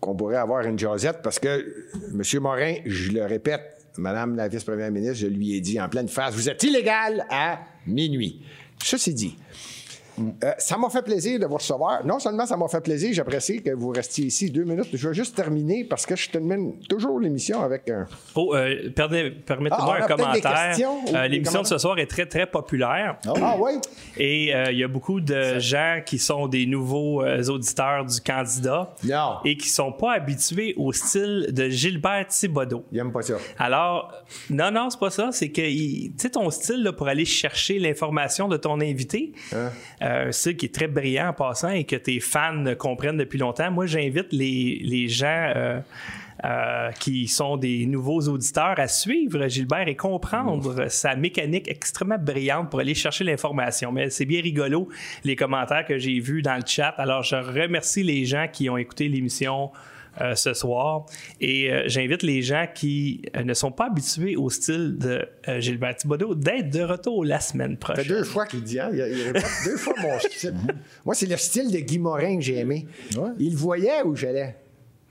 S2: qu'on pourrait avoir une jasette parce que M. Morin, je le répète, Madame la vice-première ministre, je lui ai dit en pleine face, vous êtes illégal à minuit. Ceci dit, euh, ça m'a fait plaisir de vous recevoir. Non seulement ça m'a fait plaisir, j'apprécie que vous restiez ici deux minutes. Je vais juste terminer parce que je termine toujours l'émission avec un.
S4: Oh, euh, perdez-
S2: Ah, on
S4: permettez-moi
S2: a
S4: un
S2: peut-être des
S4: commentaire.
S2: questions ou
S4: Euh,
S2: des
S4: L'émission de
S2: commentaires?
S4: ce soir est très, très populaire.
S2: Ah oui?
S4: Et euh, il y a beaucoup de gens qui sont des nouveaux euh, auditeurs du candidat
S2: Non.
S4: et qui sont pas habitués au style de Gilbert Thibodeau.
S2: Il aime pas ça.
S4: Alors, non, non, c'est pas ça. C'est que, il- tu sais, ton style là, pour aller chercher l'information de ton invité, euh, un style qui est très brillant en passant et que tes fans comprennent depuis longtemps. Moi, j'invite les, les gens euh, euh, qui sont des nouveaux auditeurs à suivre Gilbert et comprendre sa mécanique extrêmement brillante pour aller chercher l'information. Mais c'est bien rigolo, les commentaires que j'ai vus dans le chat. Alors, je remercie les gens qui ont écouté l'émission euh, ce soir. Et euh, j'invite les gens qui euh, ne sont pas habitués au style de euh, Gilbert Thibodeau d'être de retour la semaine
S2: Ça fait
S4: prochaine.
S2: deux fois qu'il dit, hein? il, il répète deux fois [LAUGHS] mon style. Moi, c'est le style de Guy Morin que j'ai aimé.
S3: Ouais.
S2: Il voyait où j'allais.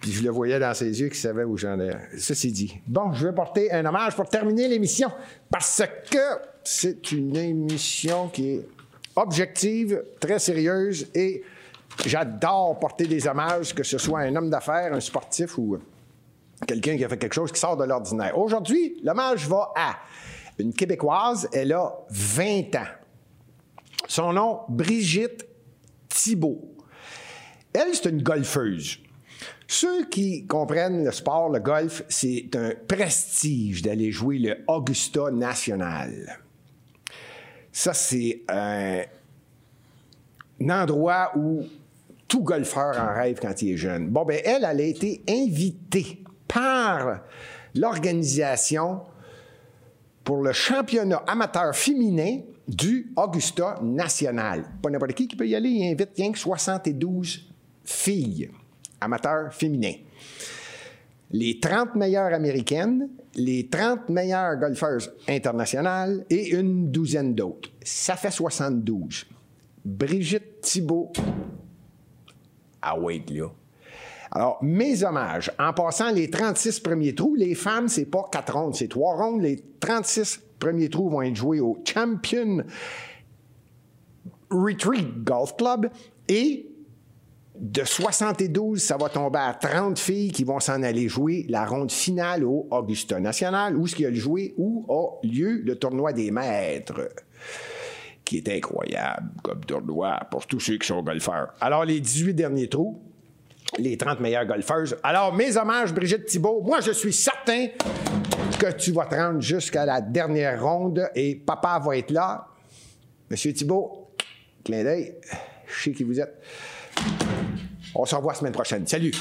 S2: Puis je le voyais dans ses yeux qu'il savait où j'en allais. Ceci dit. Bon, je vais porter un hommage pour terminer l'émission parce que c'est une émission qui est objective, très sérieuse et j'adore porter des hommages, que ce soit un homme d'affaires, un sportif ou quelqu'un qui a fait quelque chose qui sort de l'ordinaire. Aujourd'hui, l'hommage va à une Québécoise. Elle a 20 ans. Son nom, Brigitte Thibault. Elle, c'est une golfeuse. Ceux qui comprennent le sport, le golf, c'est un prestige d'aller jouer le Augusta National. Ça, c'est un, un endroit où tout golfeur en rêve quand il est jeune. Bon, ben elle, elle a été invitée par l'organisation pour le championnat amateur féminin du Augusta National. Pas n'importe qui qui peut y aller, il invite rien que 72 filles amateurs féminins. Les 30 meilleures américaines, les 30 meilleures golfeuses internationales et une douzaine d'autres. Ça fait 72. Brigitte Thibault. Ah ouais, là. Alors, mes hommages. En passant les 36 premiers trous, les femmes, c'est pas quatre rondes, c'est trois rondes. Les 36 premiers trous vont être joués au Champion Retreat Golf Club et de 72, ça va tomber à 30 filles qui vont s'en aller jouer la ronde finale au Augusta National, où ce qui a joué, où a lieu le tournoi des maîtres qui est incroyable comme tournoi pour tous ceux qui sont golfeurs. Alors, les 18 derniers trous, les 30 meilleures golfeuses. Alors, mes hommages, Brigitte Thibault. Moi, je suis certain que tu vas te rendre jusqu'à la dernière ronde et papa va être là. Monsieur Thibault, clin d'œil, je sais qui vous êtes. On se revoit la semaine prochaine. Salut!